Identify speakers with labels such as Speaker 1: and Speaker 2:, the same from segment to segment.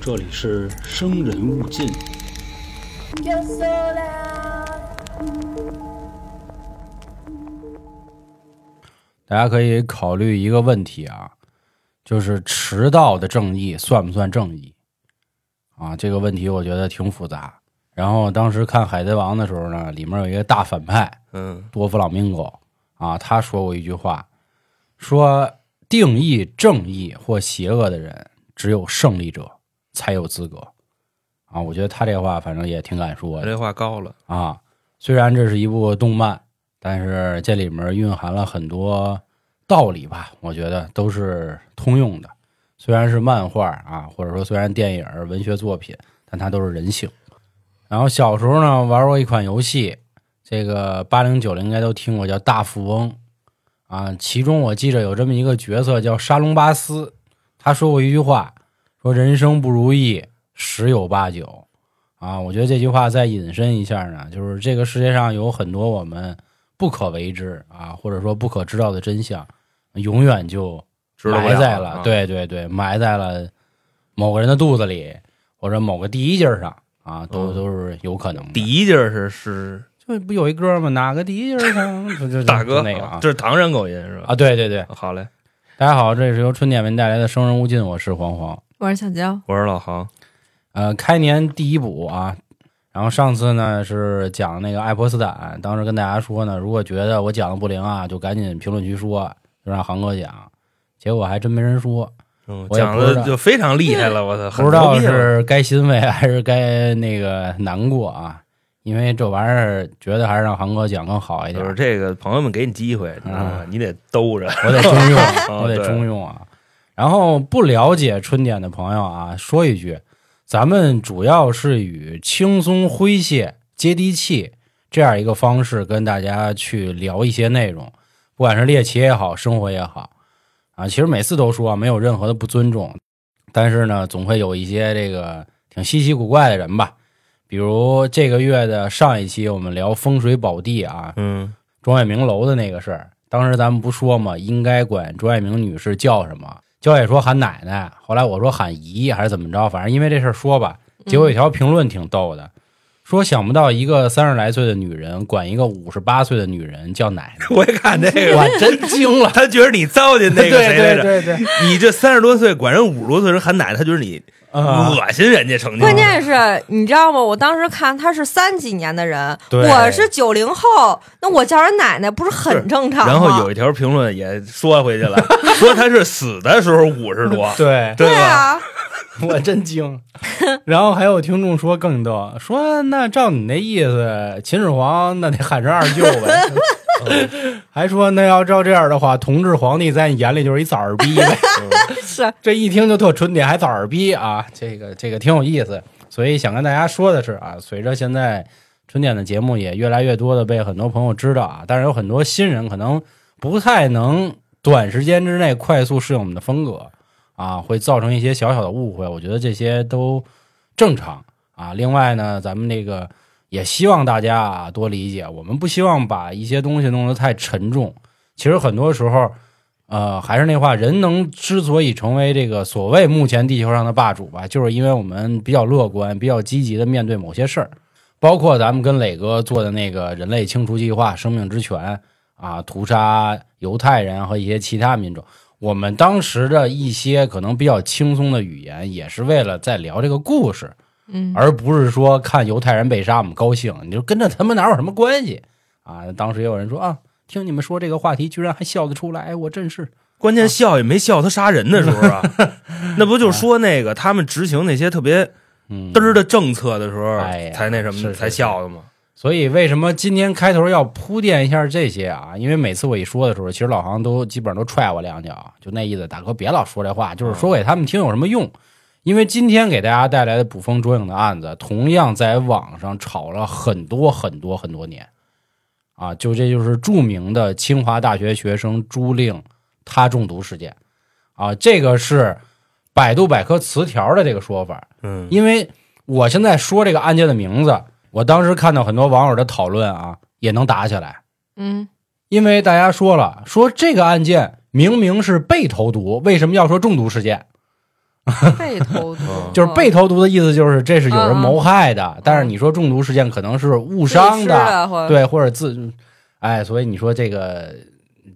Speaker 1: 这里是生人勿近。
Speaker 2: Yo sola,
Speaker 3: 大家可以考虑一个问题啊，就是迟到的正义算不算正义？啊，这个问题我觉得挺复杂。然后当时看《海贼王》的时候呢，里面有一个大反派
Speaker 4: 嗯
Speaker 3: 多弗朗明哥啊，他说过一句话，说定义正义或邪恶的人，只有胜利者才有资格。啊，我觉得他这话反正也挺敢说
Speaker 4: 我
Speaker 3: 的。
Speaker 4: 这话高了，
Speaker 3: 啊，虽然这是一部动漫，但是这里面蕴含了很多道理吧，我觉得都是通用的。虽然是漫画啊，或者说虽然电影儿、文学作品，但它都是人性。然后小时候呢，玩过一款游戏，这个八零九零应该都听过，叫《大富翁》啊。其中我记着有这么一个角色叫沙龙巴斯，他说过一句话，说人生不如意十有八九。啊，我觉得这句话再引申一下呢，就是这个世界上有很多我们不可为之啊，或者说不可知道的真相，永远就
Speaker 4: 知道不
Speaker 3: 埋在
Speaker 4: 了啊
Speaker 3: 对对对，埋在了某个人的肚子里，或者某个第一劲儿上啊，都、
Speaker 4: 嗯
Speaker 3: 都是有可能的。
Speaker 4: 第一劲儿是是
Speaker 3: 就不有一歌吗？哪个第一劲儿 上？就就
Speaker 4: 大
Speaker 3: 就
Speaker 4: 哥，
Speaker 3: 那个啊
Speaker 4: 这是唐山口音是吧？
Speaker 3: 啊，对对对，
Speaker 4: 好嘞，
Speaker 3: 大家好，这是由春点为带来的《生人勿近》，我是黄黄。
Speaker 5: 我是小娇，
Speaker 4: 我是老航，
Speaker 3: 呃，开年第一补啊。然后上次呢是讲那个爱泼斯坦，当时跟大家说呢，如果觉得我讲的不灵啊，就赶紧评论区说，就让航哥讲。结果还真没人说，
Speaker 4: 嗯，
Speaker 3: 我也
Speaker 4: 讲
Speaker 3: 不知
Speaker 4: 的
Speaker 3: 道
Speaker 4: 就非常厉害了，我操，很
Speaker 3: 不知
Speaker 4: 牛
Speaker 3: 道
Speaker 4: 逼啊了
Speaker 3: 是该欣慰 还是该那个难过啊。因为这玩意儿，觉得还是让航哥讲更好一点
Speaker 4: 就，是这个朋友们给你机会，你知
Speaker 3: 啊
Speaker 4: 道吗？你得兜着，
Speaker 3: 我得中 用，
Speaker 4: 啊
Speaker 3: 我得
Speaker 4: 对
Speaker 3: 中用啊。然后不了解春点的朋友啊，说一句，咱们主要是以轻松诙谐、接地气这样一个方式跟大家去聊一些内容，不管是猎奇也好，生活也好啊。其实每次都说啊没有任何的不尊重，但是呢，总会有一些这个挺稀奇古怪的人吧。比如这个月的上一期，我们聊风水宝地啊，
Speaker 4: 嗯，，
Speaker 3: 庄月明楼的那个事儿，当时咱们不说嘛，应该管庄月明女士叫什么？娇姐说喊奶奶，后来我说喊姨还是怎么着，反正因为这事儿说吧。结果有一条评论挺逗的，说想不到一个三十来岁的女人管一个五十八岁的女人叫奶奶
Speaker 4: 我也看这个，
Speaker 3: 我真惊 了。
Speaker 4: 他觉得你糟践那个谁来
Speaker 3: 对
Speaker 4: 着？
Speaker 3: 对对对，
Speaker 4: 你这三十多岁管人五十多岁人喊奶，他觉得你
Speaker 3: 啊，
Speaker 4: 恶心人家成
Speaker 5: 关
Speaker 4: 家。
Speaker 5: 键
Speaker 3: 嗯
Speaker 5: 是你知道吗？我当时看他是三几年的人，
Speaker 3: 对
Speaker 5: 我是九零后，那我叫人奶奶不是很正常吗？
Speaker 4: 然后有一条评论也说回去了，说他是死的时候五十多，
Speaker 3: 对，
Speaker 5: 对
Speaker 4: 吧？
Speaker 5: 啊，
Speaker 3: 我真惊。然后还有听众说更逗，说那照你那意思，秦始皇那得喊成二舅呗。 还说那要照这样的话，同治皇帝在你眼里就是一崽儿逼呗。
Speaker 5: 是
Speaker 3: 这一听就特纯点，还崽儿逼啊！这个这个挺有意思。所以想跟大家说的是啊，随着现在春点的节目也越来越多的被很多朋友知道啊，但是有很多新人可能不太能短时间之内快速适应我们的风格啊，会造成一些小小的误会。我觉得这些都正常啊。另外呢，咱们这个也希望大家啊多理解，我们不希望把一些东西弄得太沉重。其实很多时候，呃，还是那话，人能之所以成为这个所谓目前地球上的霸主吧，就是因为我们比较乐观、比较积极的面对某些事儿，包括咱们跟磊哥做的那个人类清除计划、生命之泉啊，屠杀犹太人和一些其他民种。我们当时的一些可能比较轻松的语言，也是为了在聊这个故事，
Speaker 5: 嗯，
Speaker 3: 而不是说看犹太人被杀我们高兴，你就跟这他妈哪有什么关系啊？当时也有人说啊，听你们说这个话题，居然还笑得出来，哎我真是。
Speaker 4: 关键笑也没笑他杀人的时候啊， 那不就说那个他们执行那些特别
Speaker 3: 嗯
Speaker 4: 嘚儿的政策的时候
Speaker 3: 哎呀，
Speaker 4: 才那什
Speaker 3: 是
Speaker 4: 么
Speaker 3: 是
Speaker 4: 才笑的嘛？
Speaker 3: 所以为什么今天开头要铺垫一下这些啊？因为每次我一说的时候，其实老航都基本上都踹我两脚，就那意思，大哥别老说这话，就是说给他们听有什么用？因为今天给大家带来的捕风捉影的案子，同样在网上炒了很多很多很多年，啊，就这就是著名的清华大学学生朱令他中毒事件，啊，这个是百度百科词条的这个说法，
Speaker 4: 嗯，
Speaker 3: 因为我现在说这个案件的名字，我当时看到很多网友的讨论啊，也能打起来，
Speaker 5: 嗯，
Speaker 3: 因为大家说了，说这个案件明明是被投毒，为什么要说中毒事件？
Speaker 5: 被投毒
Speaker 4: 嗯，
Speaker 3: 就是被投毒的意思就是这是有人
Speaker 5: 哦嗯嗯
Speaker 3: 谋害的，但是你说中毒事件可能是误
Speaker 5: 自己
Speaker 3: 伤
Speaker 5: 吃
Speaker 3: 的，
Speaker 5: 的或者
Speaker 3: 对，或者自，哎，所以你说这个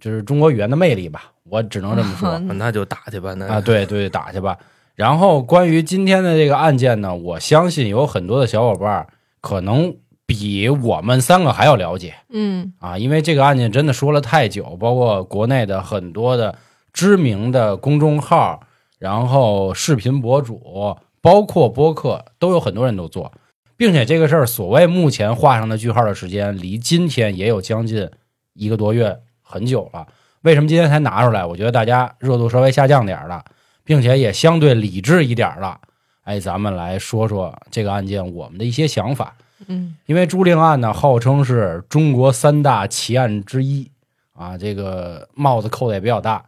Speaker 3: 就是中国语言的魅力吧，我只能这么说
Speaker 4: 嗯那就打去吧，那
Speaker 3: 啊，对对，打去吧。然后关于今天的这个案件呢，我相信有很多的小伙伴儿可能比我们三个还要了解
Speaker 5: 嗯
Speaker 3: 啊，因为这个案件真的说了太久，包括国内的很多的知名的公众号，然后视频博主，包括播客，都有很多人都做，并且这个事儿所谓目前画上的句号的时间，离今天也有将近一个多月，很久了。为什么今天才拿出来？我觉得大家热度稍微下降点儿了，并且也相对理智一点儿了。哎，咱们来说说这个案件我们的一些想法。
Speaker 5: 嗯，
Speaker 3: 因为朱令案呢，号称是中国三大奇案之一啊，这个帽子扣的也比较大。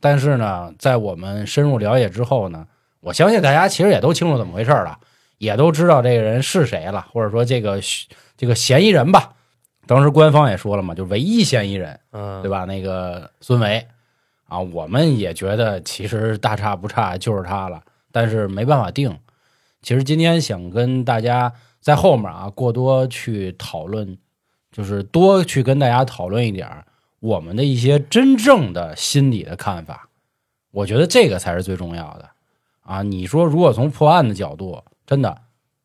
Speaker 3: 但是呢，在我们深入了解之后呢，我相信大家其实也都清楚怎么回事了，也都知道这个人是谁了，或者说这个这个嫌疑人吧。当时官方也说了嘛，就唯一嫌疑人，
Speaker 4: 嗯，
Speaker 3: 对吧？那个孙维啊，我们也觉得其实大差不差，就是他了，但是没办法定。其实今天想跟大家在后面啊，过多去讨论，就是多去跟大家讨论一点儿我们的一些真正的心理的看法。我觉得这个才是最重要的啊！你说，如果从破案的角度，真的，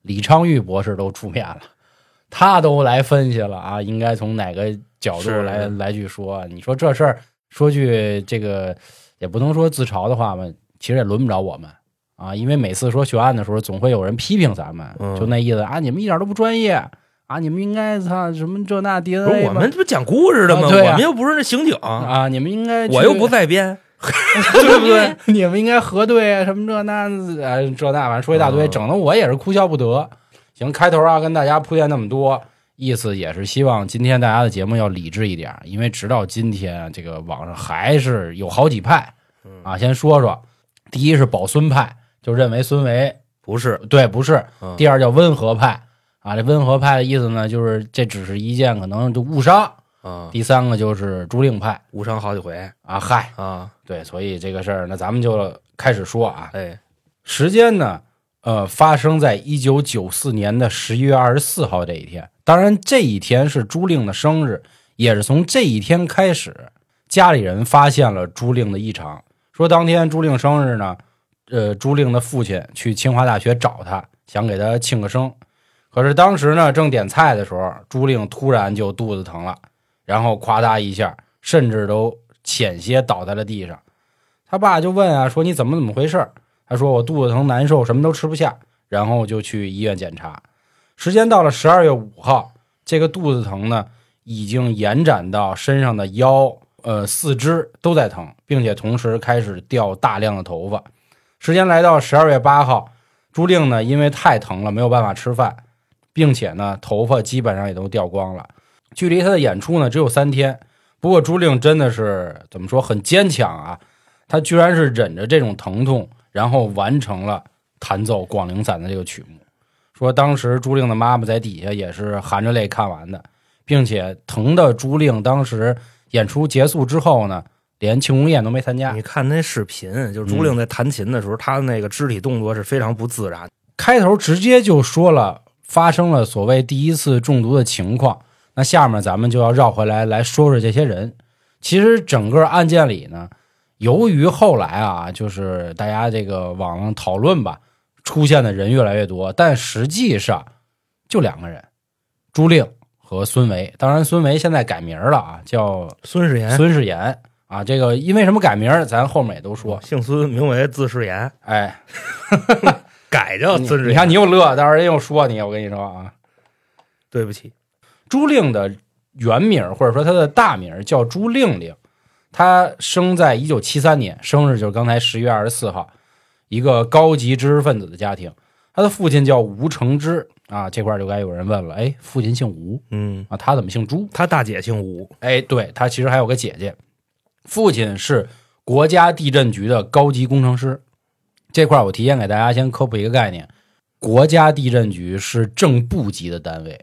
Speaker 3: 李昌钰博士都出面了， 他都来分析了啊，应该从哪个角度
Speaker 4: 是
Speaker 3: 来来去说？你说这事儿，说句这个也不能说自嘲的话吧，其实也轮不着我们啊，因为每次说悬案的时候，总会有人批评咱们，
Speaker 4: 嗯
Speaker 3: 就那意思啊，你们一点都不专业啊，你们应该操什么这那
Speaker 4: 不是
Speaker 3: DNA，
Speaker 4: 我们这不讲故事的吗？
Speaker 3: 啊
Speaker 4: 我
Speaker 3: 对啊
Speaker 4: 们又不是那刑警，
Speaker 3: 啊，你们应该去
Speaker 4: 我又不在编， 对不 对？
Speaker 3: 你们应该核对啊，什么这那呃这那，反正说一大堆，
Speaker 4: 嗯
Speaker 3: 整的我也是哭笑不得。行，开头啊，跟大家铺垫那么多，意思也是希望今天大家的节目要理智一点，因为直到今天，这个网上还是有好几派啊。先说说，第一是保孙派，就认为孙维
Speaker 4: 不是，
Speaker 3: 对不是，
Speaker 4: 嗯
Speaker 3: 第二叫温和派啊。这温和派的意思呢，就是这只是一件可能就误伤。
Speaker 4: 啊，
Speaker 3: 第三个就是朱令派
Speaker 4: 误伤好几回
Speaker 3: 啊，嗨，
Speaker 4: 啊，
Speaker 3: 对，所以这个事儿，那咱们就开始说啊。
Speaker 4: 哎，
Speaker 3: 时间呢，呃，发生在一九九四年的十一月二十四号这一天。当然，这一天是朱令的生日，也是从这一天开始，家里人发现了朱令的异常。说当天朱令生日呢，呃，朱令的父亲去清华大学找他，想给他庆个生。可是当时呢，正点菜的时候，朱令突然就肚子疼了，然后夸嗒一下，甚至都险些倒在了地上。他爸就问啊，说你怎么怎么回事儿？他说我肚子疼难受，什么都吃不下，然后就去医院检查。时间到了十二月五号，这个肚子疼呢已经延展到身上的腰、呃四肢都在疼，并且同时开始掉大量的头发。时间来到十二月八号，朱令呢因为太疼了没有办法吃饭，并且呢头发基本上也都掉光了。距离他的演出呢只有三天，不过朱令真的是怎么说很坚强啊，他居然是忍着这种疼痛，然后完成了弹奏《广陵散》的这个曲目。说当时朱令的妈妈在底下也是含着泪看完的，并且疼的朱令当时演出结束之后呢，连庆功宴都没参加
Speaker 4: 你。看那视频，
Speaker 3: 嗯
Speaker 4: 就是朱令在弹琴的时候，他的那个肢体动作是非常不自然。
Speaker 3: 开头直接就说了发生了所谓第一次中毒的情况。那下面咱们就要绕回来来说说这些人。其实整个案件里呢，由于后来啊，就是大家这个网上讨论吧，出现的人越来越多，但实际上就两个人，朱令和孙维。当然，孙维现在改名了啊，叫
Speaker 4: 孙世炎，
Speaker 3: 孙世炎啊。这个因为什么改名儿，咱后面也都说。
Speaker 4: 姓孙，名为字世炎，
Speaker 3: 哎，
Speaker 4: 改叫
Speaker 3: 你
Speaker 4: 孙世
Speaker 3: 你
Speaker 4: 炎。
Speaker 3: 看你又乐，到时候人又说你，我跟你说啊。
Speaker 4: 对不起，
Speaker 3: 朱令的原名儿或者说他的大名儿叫朱令令，他生在一九七三年，生日就是刚才十月二十四号，一个高级知识分子的家庭。他的父亲叫吴承之啊，这块儿就该有人问了，哎，父亲姓吴
Speaker 4: 嗯，
Speaker 3: 啊，他怎么姓朱？
Speaker 4: 他大姐姓吴，
Speaker 3: 哎，对他其实还有个姐姐，父亲是国家地震局的高级工程师。这块儿我提前给大家先科普一个概念：国家地震局是正部级的单位，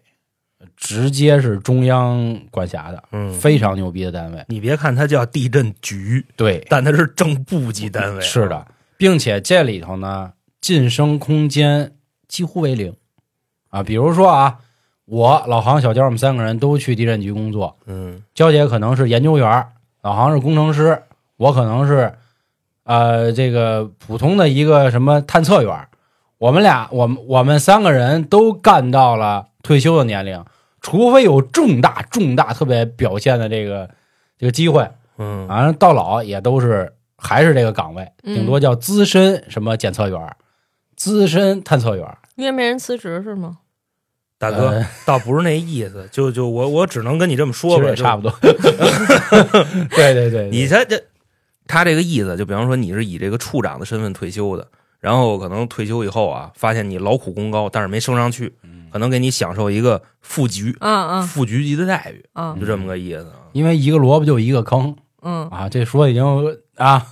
Speaker 3: 直接是中央管辖的，
Speaker 4: 嗯，
Speaker 3: 非常牛逼的单位。
Speaker 4: 你别看他叫地震局，
Speaker 3: 对，
Speaker 4: 但他是正部级单位，啊
Speaker 3: 嗯是的，并且这里头呢，晋升空间几乎为零啊。比如说啊，我老航、小娇我们三个人都去地震局工作，
Speaker 4: 嗯
Speaker 3: 娇姐可能是研究员儿，老航是工程师，我可能是呃这个普通的一个什么探测员儿。我们俩，我们我们三个人都干到了退休的年龄，除非有重大重大特别表现的这个这个机会，
Speaker 4: 嗯
Speaker 3: 反正到老也都是还是这个岗位，顶多叫资深什么检测员儿、资深探测员儿。
Speaker 5: 因为没人辞职是吗？
Speaker 4: 大哥、
Speaker 3: 呃
Speaker 4: 倒不是那意思，就就我我只能跟你这么说
Speaker 3: 其实
Speaker 4: 吧，
Speaker 3: 也
Speaker 4: 就
Speaker 3: 差不多。 对对对对，
Speaker 4: 你这这，他这个意思，就比方说你是以这个处长的身份退休的，然后可能退休以后啊，发现你劳苦功高，但是没升上去，
Speaker 3: 嗯
Speaker 4: 可能给你享受一个副局
Speaker 5: 啊啊
Speaker 4: 副局级的待遇，
Speaker 5: 啊
Speaker 4: 就这么个意思啊。
Speaker 3: 因为一个萝卜就一个坑
Speaker 5: 嗯
Speaker 3: 嗯啊，这说已经啊。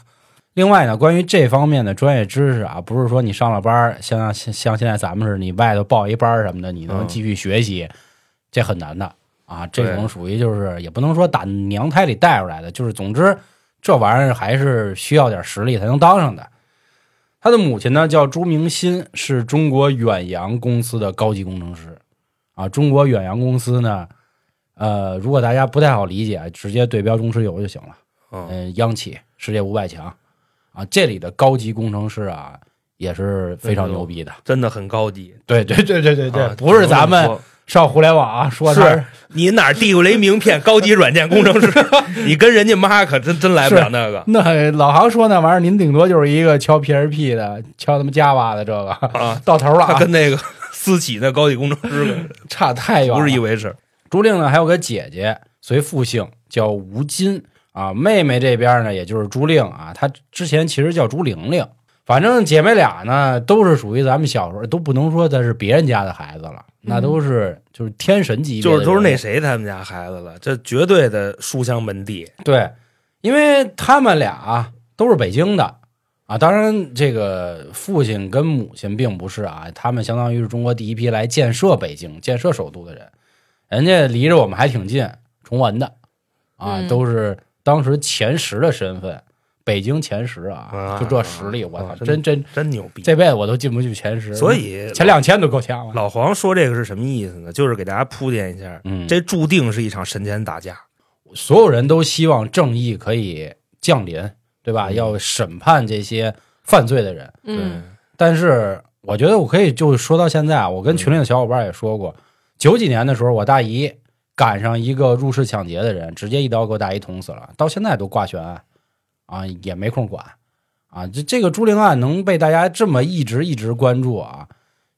Speaker 3: 另外呢，关于这方面的专业知识啊，不是说你上了班儿像像现在咱们似的，你外头报一班儿什么的，你能
Speaker 4: 嗯
Speaker 3: 继续学习，这很难的啊。这
Speaker 4: 对
Speaker 3: 种属于就是也不能说打娘胎里带出来的，就是总之这玩意儿还是需要点实力才能当上的。他的母亲呢叫朱明心，是中国远洋公司的高级工程师啊。中国远洋公司呢，呃，如果大家不太好理解，啊直接对标中石油就行了。
Speaker 4: 嗯，
Speaker 3: 嗯，央企世界五百强啊，这里的高级工程师啊也是非常牛逼的。
Speaker 4: 真的很高级，
Speaker 3: 对对对对对
Speaker 4: 啊
Speaker 3: 不是咱
Speaker 4: 只能这
Speaker 3: 们
Speaker 4: 么说
Speaker 3: 上互联网啊说他
Speaker 4: 是你哪儿递过来一名片，高级软件工程师， 你跟人家妈可真真来不了那个
Speaker 3: 那老航说那玩意儿，您顶多就是一个敲 PHP 的，敲他妈 Java 的这个，
Speaker 4: 啊。
Speaker 3: 到头了、
Speaker 4: 他
Speaker 3: 啊，
Speaker 4: 跟那个 私企那高级工程 师
Speaker 3: 差太远
Speaker 4: 可
Speaker 3: 了。
Speaker 4: 不是一回事。
Speaker 3: 朱令呢还有个姐姐，随父姓叫吴金啊，妹妹这边呢也就是朱令啊，她之前其实叫朱玲玲。反正姐妹俩呢都是属于咱们小时候都不能说她是别人家的孩子了，那都是就是天神级别的人物，
Speaker 4: 嗯就是都是那谁他们家孩子了，这绝对的书香门第。
Speaker 3: 对，因为他们俩啊都是北京的啊，当然这个父亲跟母亲并不是啊，他们相当于是中国第一批来建设北京、建设首都的人，人家离着我们还挺近，崇文的啊，
Speaker 5: 嗯
Speaker 3: 都是当时前十的身份，北京前十啊，
Speaker 4: 啊
Speaker 3: 就这实力，我操，
Speaker 4: 啊
Speaker 3: 真
Speaker 4: 真
Speaker 3: 真
Speaker 4: 真牛逼！
Speaker 3: 这辈子我都进不去前十，
Speaker 4: 所以
Speaker 3: 前两千都够呛了。
Speaker 4: 老黄说这个是什么意思呢？就是给大家铺垫一下，
Speaker 3: 嗯，
Speaker 4: 这注定是一场神仙打架。
Speaker 3: 所有人都希望正义可以降临，对吧？
Speaker 4: 嗯
Speaker 3: 要审判这些犯罪的人。
Speaker 4: 啊
Speaker 5: 嗯，
Speaker 3: 但是我觉得我可以就说到现在啊，我跟群里的小伙伴也说过，九几年的时候，我大姨赶上一个入室抢劫的人，直接一刀给我大姨捅死了，到现在都挂悬案啊，也没空管啊。这这个朱令案能被大家这么一直一直关注啊，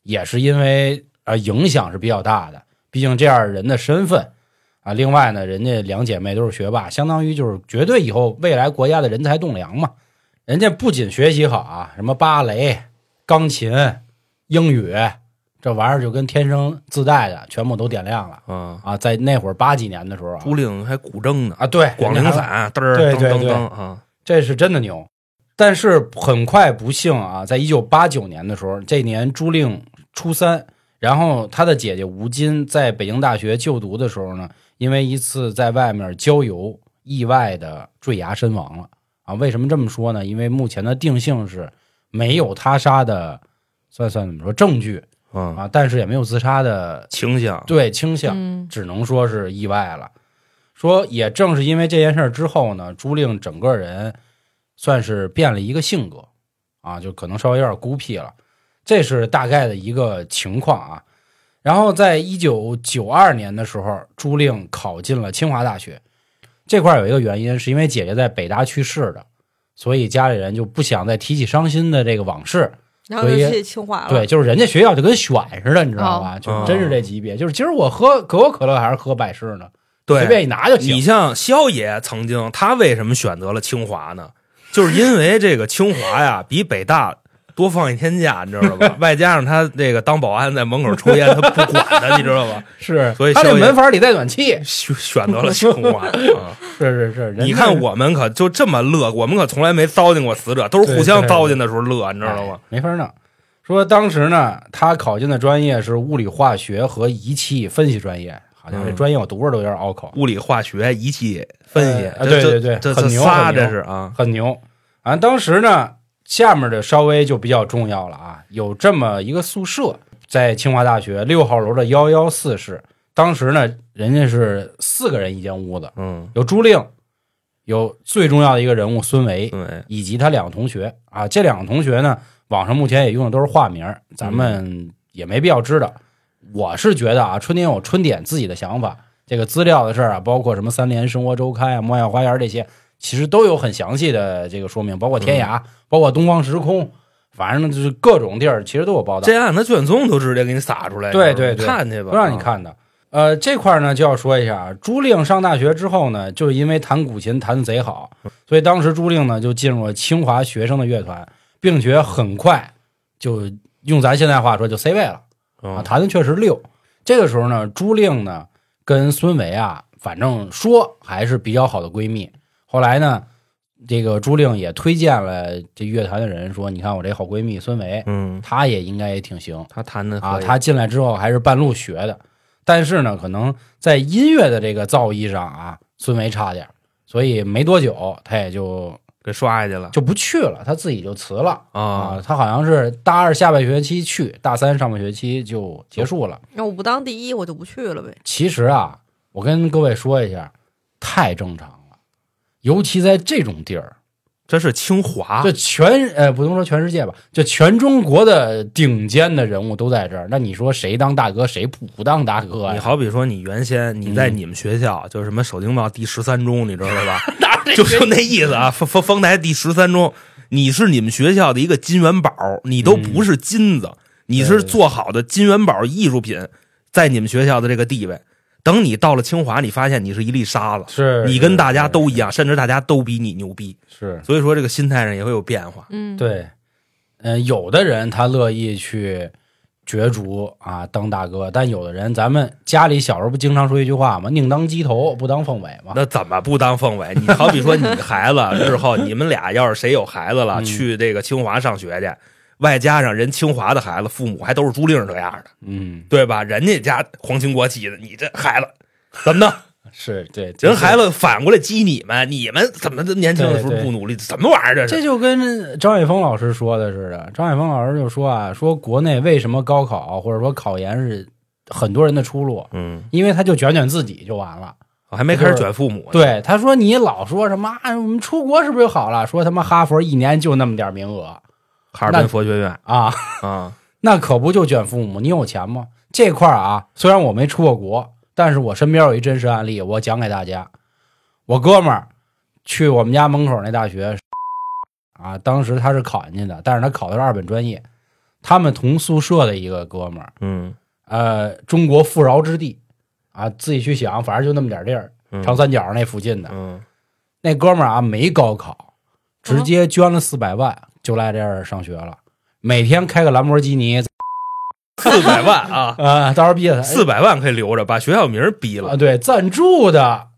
Speaker 3: 也是因为呃影响是比较大的，毕竟这样人的身份。啊，另外呢，人家两姐妹都是学霸，相当于就是绝对以后未来国家的人才栋梁嘛。人家不仅学习好啊，什么芭蕾、钢琴、英语这玩意儿就跟天生自带的，全部都点亮了
Speaker 4: 啊，
Speaker 3: 啊！在那会儿八几年的时候啊，
Speaker 4: 朱令还古筝呢，
Speaker 3: 啊，对，
Speaker 4: 广
Speaker 3: 人
Speaker 4: 陵
Speaker 3: 家还
Speaker 4: 散，嘚儿
Speaker 3: 对
Speaker 4: 噔
Speaker 3: 对
Speaker 4: 噔
Speaker 3: 对
Speaker 4: 噔啊，
Speaker 3: 这是真的牛。但是很快不幸啊，在一九八九年的时候，这年朱令初三，然后他的姐姐吴金在北京大学就读的时候呢，因为一次在外面郊游意外的坠崖身亡了啊。为什么这么说呢？因为目前的定性是没有他杀的，算算怎么说证据
Speaker 4: 啊，
Speaker 3: 啊，但是也没有自杀的
Speaker 4: 倾向
Speaker 3: 对倾向。
Speaker 5: 嗯
Speaker 3: 只能说是意外了。说也正是因为这件事儿之后呢，朱令整个人算是变了一个性格啊，就可能稍微有点孤僻了。这是大概的一个情况啊。然后在一九九二年的时候，朱令考进了清华大学。这块儿有一个原因，是因为姐姐在北大去世的，所以家里人就不想再提起伤心的这个往事，
Speaker 5: 然后
Speaker 3: 所
Speaker 5: 就
Speaker 3: 以
Speaker 5: 去清华了。
Speaker 3: 对，，就是人家学校就跟选似的，你知道吧？
Speaker 4: 哦
Speaker 3: 就真是这级别。就是今儿我喝可口可乐还是喝百事呢，随便
Speaker 4: 对。
Speaker 3: 一拿 就
Speaker 4: 你
Speaker 3: 行。
Speaker 4: 像肖爷曾经，他为什么选择了清华呢？就是因为这个清华呀，比北大多放一天假，你知 道吧？外加上他这个当保安在门口抽烟，他不管 的，你知道吧？
Speaker 3: 是，
Speaker 4: 所以
Speaker 3: 他这
Speaker 4: 肖爷
Speaker 3: 门阀里带暖气。
Speaker 4: 选选择了清 华啊。
Speaker 3: 是是是，人
Speaker 4: 你
Speaker 3: 家
Speaker 4: 看我们可就这么乐，我们可从来没糟践过死者，都是互相糟践的时候乐，你知道吗？
Speaker 3: 哎没法弄。说当时呢，他考进的专业是物理化学和仪器分析专业，好像这
Speaker 4: 嗯
Speaker 3: 专业我读着都有点拗口，
Speaker 4: 物理、化学、仪器分析
Speaker 3: 哎，啊对
Speaker 4: 这
Speaker 3: 对对
Speaker 4: 这
Speaker 3: 很
Speaker 4: 这
Speaker 3: 牛
Speaker 4: 仨
Speaker 3: 很牛
Speaker 4: 这是啊，
Speaker 3: 很牛。啊，当时呢，下面的稍微就比较重要了啊，有这么一个宿舍，在清华大学六号楼的幺幺四室。当时呢，人家是四个人一间屋子，
Speaker 4: 嗯，
Speaker 3: 有朱令，有最重要的一个人物孙维，
Speaker 4: 对，
Speaker 3: 以及他两个同学啊。这两个同学呢，网上目前也用的都是化名，咱们也没必要知道。我是觉得啊，春点有春点自己的想法，这个资料的事儿啊，包括什么三联生活周刊啊、墨药花园这些，其实都有很详细的这个说明，包括天涯，包括东方时空，反正呢就是各种地儿其实都有报道，
Speaker 4: 这案子卷宗都直接给你撒出来，
Speaker 3: 对
Speaker 4: 你知道吗
Speaker 3: 对对
Speaker 4: 看去吧，啊
Speaker 3: 都让你看的。呃，这块儿呢就要说一下啊，朱令上大学之后呢，就因为弹古琴弹的贼好，所以当时朱令呢就进入了清华学生的乐团，并且很快就用咱现在话说就 C 位了啊，
Speaker 4: 啊，
Speaker 3: 弹的确实溜。这个时候呢，朱令呢跟孙维啊，反正说还是比较好的闺蜜。后来呢，这个朱令也推荐了这乐团的人说，你看我这好闺蜜孙维，
Speaker 4: 嗯，
Speaker 3: 她也应该也挺行。
Speaker 4: 他谈的
Speaker 3: 啊，他进来之后还是半路学的，但是呢，可能在音乐的这个造诣上啊，孙维差点儿，所以没多久他也就
Speaker 4: 给刷下去了
Speaker 3: 就不去了，他自己就辞了
Speaker 4: 啊
Speaker 3: 啊。他好像是大二下半学期去，大三上半学期就结束了。
Speaker 5: 那我不当第一，我就不去了呗。
Speaker 3: 其实啊，我跟各位说一下，太正常了，尤其在这种地儿，
Speaker 4: 这是清华
Speaker 3: 这，全呃不能说全世界吧，这全中国的顶尖的人物都在这儿，那你说谁当大哥，谁不当大哥呀？
Speaker 4: 你好比说你原先你在
Speaker 3: 嗯
Speaker 4: 你们学校就是什么首经贸第十三中，你知道 吧？就就那意思啊，丰丰丰台第十三中，你是你们学校的一个金元宝，你都不是金
Speaker 3: 嗯
Speaker 4: 子，你
Speaker 3: 对
Speaker 4: 是做好的金元宝艺术品，在你们学校的这个地位。等你到了清华，你发现你是一粒沙子，
Speaker 3: 是
Speaker 4: 你跟大家都一样，甚至大家都比你牛逼，
Speaker 3: 是
Speaker 4: 所以说这个心态上也会有变化。
Speaker 5: 嗯，
Speaker 3: 对，嗯，有的人他乐意去角逐啊，当大哥，但有的人，咱们家里小时候不经常说一句话吗？宁当鸡头，不当凤尾嘛。
Speaker 4: 那怎么不当凤尾？你好比说你孩 子日后你们俩要是谁有孩子
Speaker 3: 嗯
Speaker 4: 了，去这个清华上学去，外加上人清华的孩子父母还都是朱令这样的，
Speaker 3: 嗯，
Speaker 4: 对吧？人家家皇亲国戚的，你这孩子怎么弄？
Speaker 3: 是 对，这
Speaker 4: 人
Speaker 3: 是
Speaker 4: 孩子反过来激你们，你们怎么年轻的时候
Speaker 3: 对对
Speaker 4: 不努力？什么玩意儿这
Speaker 3: 这
Speaker 4: 是？
Speaker 3: 就跟张雪峰老师说的似的。张雪峰老师就说啊，说国内为什么高考或者说考研是很多人的出路，
Speaker 4: 嗯，
Speaker 3: 因为他就卷卷自己就完了。
Speaker 4: 我还没开始卷父母呢。
Speaker 3: 对，他说你老说什么，啊我们出国是不是就好了？说他妈哈佛一年就那么点儿名额
Speaker 4: 哈尔滨
Speaker 3: 那
Speaker 4: 佛学院
Speaker 3: 啊。
Speaker 4: 啊，
Speaker 3: 那可不就卷父母？你有钱吗？这块儿啊，虽然我没出过国，但是我身边有一真实案例，我讲给大家。我哥们儿去我们家门口那大学，啊，当时他是考进去的，但是他考的是二本专业。他们同宿舍的一个哥们儿，
Speaker 4: 嗯，
Speaker 3: 呃，中国富饶之地，啊，自己去想，反正就那么点儿地儿，
Speaker 4: 嗯
Speaker 3: 长三角那附近的。
Speaker 4: 嗯，
Speaker 3: 那哥们儿啊，没高考，直
Speaker 5: 啊
Speaker 3: 接捐了四百万，就来这儿上学了，每天开个兰博基尼，，
Speaker 4: 四百万啊
Speaker 3: 啊，到时候逼着他
Speaker 4: 四百万可以留着，把学校名儿逼
Speaker 3: 啊，
Speaker 4: 了。
Speaker 3: 对，赞助的，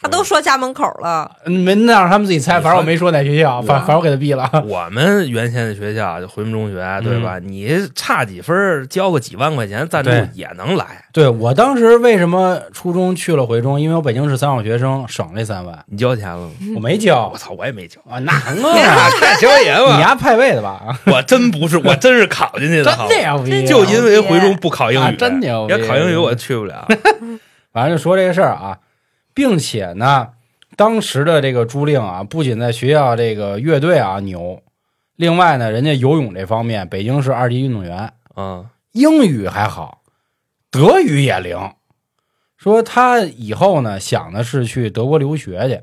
Speaker 5: 他都说家门口了，
Speaker 3: 嗯没那让他们自己猜，
Speaker 4: 你
Speaker 3: 反正我啊
Speaker 4: 说
Speaker 3: 没说哪学校，反反正我给他毙 了。
Speaker 4: 我们原先的学校就回民中学，
Speaker 3: 嗯
Speaker 4: 对吧？你差几分儿交个几万块钱赞助
Speaker 3: 对
Speaker 4: 也能来，
Speaker 3: 对我当时为什么初中去了回中？因为我北京市三好学生省了三万，
Speaker 4: 你交钱了吗？哦
Speaker 3: 我没交。
Speaker 4: 我操，我也没交
Speaker 3: 啊，那 我呀，
Speaker 4: 太消炎
Speaker 3: 你！丫派位的吧？啊
Speaker 4: 我真不是，我真是考进去的，好
Speaker 3: 真
Speaker 4: 吧
Speaker 3: 牛逼！
Speaker 4: 就因为回中不考英
Speaker 3: 啊
Speaker 4: 语，
Speaker 3: 真牛逼
Speaker 4: 要考英语我去不 了。
Speaker 3: 反正就说这个事儿啊，并且呢，当时的这个朱令啊，不仅在学校这个乐队啊牛，另外呢，人家游泳这方面，北京市二级运动员，
Speaker 4: 嗯，
Speaker 3: 英语还好，德语也灵。说他以后呢，想的是去德国留学去，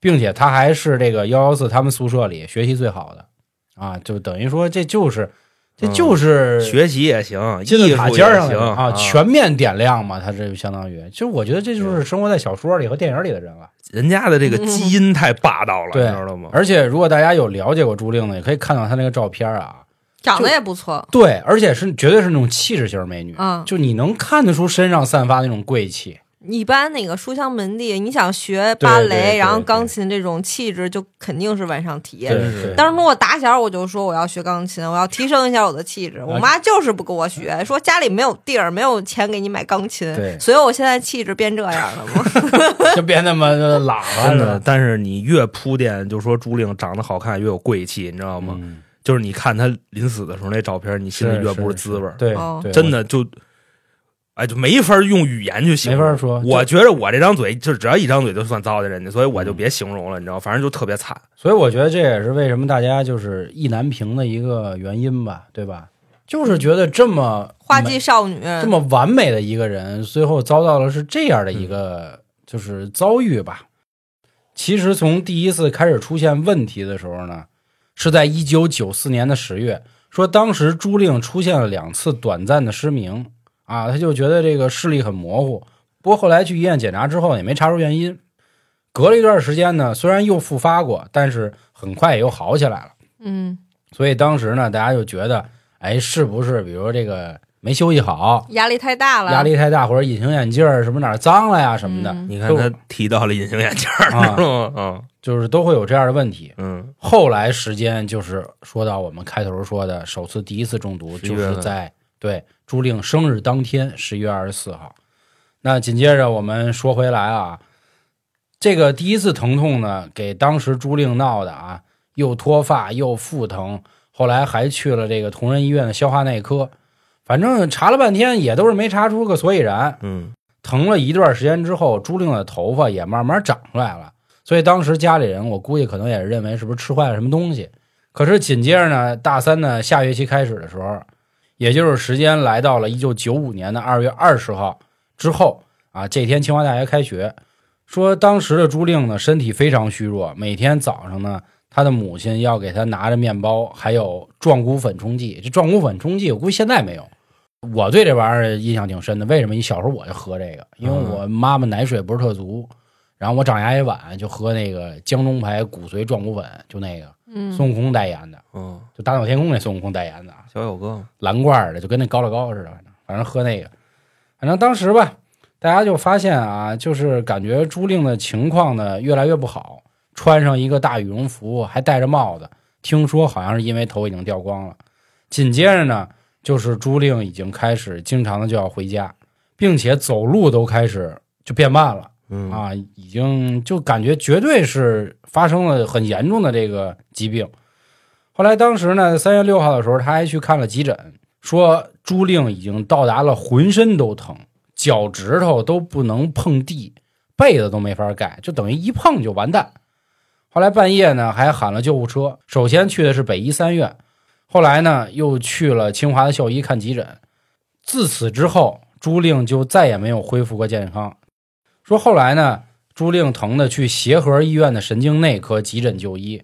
Speaker 3: 并且他还是这个幺幺四他们宿舍里学习最好的啊，就等于说这就是这就是、
Speaker 4: 嗯学习也行，艺
Speaker 3: 金字塔
Speaker 4: 术也
Speaker 3: 尖儿上
Speaker 4: 行
Speaker 3: 了啊，
Speaker 4: 啊，
Speaker 3: 全面点亮嘛，他这就相当于，其实我觉得这就是生活在小说里和电影里的人了。
Speaker 4: 人家的这个基因太霸道了，你
Speaker 3: 对
Speaker 4: 知道吗？
Speaker 3: 而且如果大家有了解过朱令呢，也可以看到她那个照片啊，
Speaker 5: 长得也不错。
Speaker 3: 对，而且是绝对是那种气质型美女，
Speaker 5: 嗯
Speaker 3: 就你能看得出身上散发那种贵气，
Speaker 5: 一般那个书香门第，你想学
Speaker 3: 对
Speaker 5: 芭
Speaker 3: 对对
Speaker 5: 蕾，然后
Speaker 3: 对
Speaker 5: 钢琴这种气质，就肯定是往上提。
Speaker 3: 对
Speaker 4: 是
Speaker 3: 对。
Speaker 5: 当时我打小我就说我要学钢琴，我要提升一下我的气质。
Speaker 3: 啊
Speaker 5: 我妈就是不跟我学，说家里没有地儿，没有钱给你买钢琴
Speaker 3: 对，
Speaker 5: 所以我现在气质变这样了嘛。
Speaker 3: 就别那么喇叭
Speaker 4: 真
Speaker 3: 了
Speaker 4: 的，，但是你越铺垫，就说朱令长得好看，越有贵气，你知道吗？
Speaker 3: 嗯
Speaker 4: 就是你看他临死的时候那照片，你心里越不是滋味儿。
Speaker 3: 对
Speaker 5: 哦，
Speaker 3: 对
Speaker 4: 真的就，哎，就没法用语言去形容，
Speaker 3: 没法说
Speaker 4: 我觉得我这张嘴，就只要一张嘴就算糟践人家，所以我就
Speaker 3: 嗯
Speaker 4: 别形容了，你知道，反正就特别惨。
Speaker 3: 所以我觉得这也是为什么大家就是意难平的一个原因吧，对吧？就是觉得这么
Speaker 5: 花季少女，
Speaker 3: 这么完美的一个人，最后遭到了是这样的一个就是遭遇吧。其实从第一次开始出现问题的时候呢，是在一九九四年的十月，说当时朱令出现了两次短暂的失明啊，他就觉得这个视力很模糊。不过后来去医院检查之后也没查出原因。隔了一段时间呢，虽然又复发过，但是很快也又好起来了。
Speaker 5: 嗯，
Speaker 3: 所以当时呢，大家就觉得，哎，是不是比如说这个没休息好，
Speaker 5: 压力太大了，
Speaker 3: 压力太大或者隐形眼镜儿什么哪儿脏了呀什么的，
Speaker 5: 嗯
Speaker 4: 你看他提到了隐形眼镜儿，
Speaker 3: 啊
Speaker 4: 知道吗？
Speaker 3: 就是都会有这样的问题。
Speaker 4: 嗯
Speaker 3: 后来时间就是说到我们开头说的，首次第一次中毒
Speaker 4: 11
Speaker 3: 就
Speaker 4: 月份
Speaker 3: 是在对朱令生日当天，十一月二十四号。那紧接着我们说回来啊，这个第一次疼痛呢，给当时朱令闹的啊，又脱发又腹疼，后来还去了这个同仁医院的消化内科，反正查了半天也都是没查出个所以然。
Speaker 4: 嗯
Speaker 3: 疼了一段时间之后，朱令的头发也慢慢长出来了。所以当时家里人，我估计可能也是认为是不是吃坏了什么东西。可是紧接着呢，大三呢下学期开始的时候，也就是时间来到了一九九五年的二月二十号之后啊，这天清华大学开学，说当时的朱令呢身体非常虚弱，每天早上呢，他的母亲要给他拿着面包，还有壮骨粉冲剂。这壮骨粉冲剂我估计现在没有。我对这玩意儿印象挺深的，为什么？你小时候我就喝这个，因为我妈妈奶水不是特足，然后我长牙也晚，就喝那个江中牌骨髓壮骨粉，就那个
Speaker 5: 嗯，
Speaker 3: 孙悟空代言的，
Speaker 4: 嗯，
Speaker 3: 就大闹天宫那孙悟空代言的啊，
Speaker 4: 小友哥，
Speaker 3: 蓝罐儿的，就跟那高乐高似的，反正反正喝那个。反正当时吧，大家就发现啊，就是感觉朱令的情况呢越来越不好，穿上一个大羽绒服，还戴着帽子，听说好像是因为头已经掉光了。紧接着呢，就是朱令已经开始经常的就要回家，并且走路都开始就变慢了。
Speaker 4: 嗯
Speaker 3: 啊，已经就感觉绝对是发生了很严重的这个疾病。后来当时呢，三月六号的时候，他还去看了急诊，说朱令已经到达了浑身都疼，脚趾头都不能碰地，被子都没法盖，就等于一碰就完蛋。后来半夜呢，还喊了救护车，首先去的是北医三院，后来呢又去了清华的校医看急诊。自此之后，朱令就再也没有恢复过健康，说后来呢，朱令疼的去协和医院的神经内科急诊就医。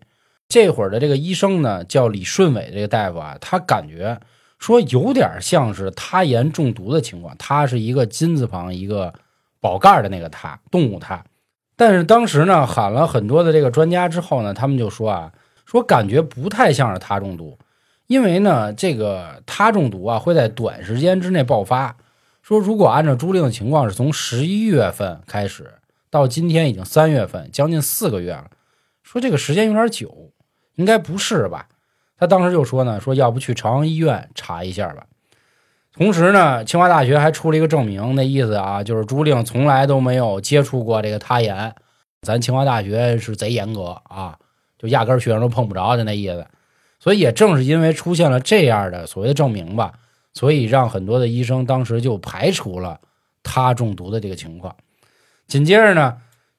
Speaker 3: 这会儿的这个医生呢，叫李顺伟，这个大夫啊，他感觉说有点像是他盐中毒的情况。他是一个金字旁一个宝盖儿的那个他，动物他。但是当时呢，喊了很多的这个专家之后呢，他们就说啊，说感觉不太像是他中毒，因为呢，这个他中毒啊会在短时间之内爆发，说如果按照朱令的情况，是从十一月份开始到今天已经三月份，将近四个月了。说这个时间有点久，应该不是吧？他当时就说呢，说要不去朝阳医院查一下吧。同时呢，清华大学还出了一个证明，那意思啊，就是朱令从来都没有接触过这个他研，咱清华大学是贼严格啊，就压根儿学生都碰不着的那意思。所以也正是因为出现了这样的所谓的证明吧，所以让很多的医生当时就排除了他中毒的这个情况。紧接着呢，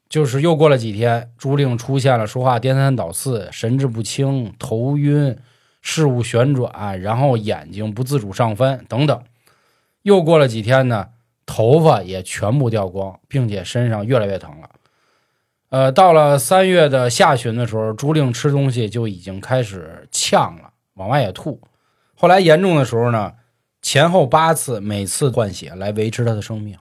Speaker 3: 就是又过了几天，朱令出现了说话颠三倒四、神志不清、头晕、事物旋转，然后眼睛不自主上翻等等。又过了几天呢，头发也全部掉光，并且身上越来越疼了。呃，到了三月的下旬的时候，朱令吃东西就已经开始呛了，往外也吐。后来严重的时候呢，前后八次，每次换血来维持他的生命。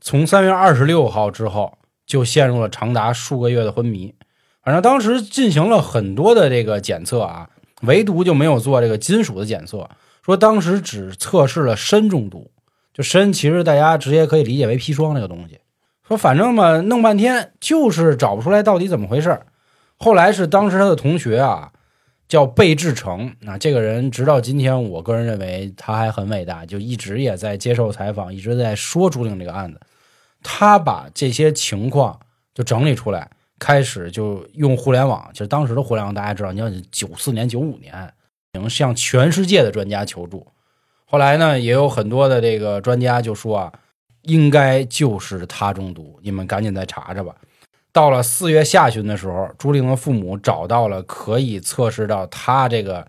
Speaker 3: 从三月二十六号之后，就陷入了长达数个月的昏迷。反正当时进行了很多的这个检测啊，唯独就没有做这个金属的检测。说当时只测试了砷中毒，就砷其实大家直接可以理解为砒霜这个东西。说反正嘛，弄半天就是找不出来到底怎么回事儿。后来是当时他的同学啊，叫贝志成。那、这个人直到今天，我个人认为他还很伟大，就一直也在接受采访，一直在说朱令这个案子。他把这些情况就整理出来，开始就用互联网。其实当时的互联网大家知道，你要九四年、九五年，评，向全世界的专家求助。后来呢，也有很多的这个专家就说啊，应该就是他中毒，你们赶紧再查查吧。到了四月下旬的时候，朱令的父母找到了可以测试到他这个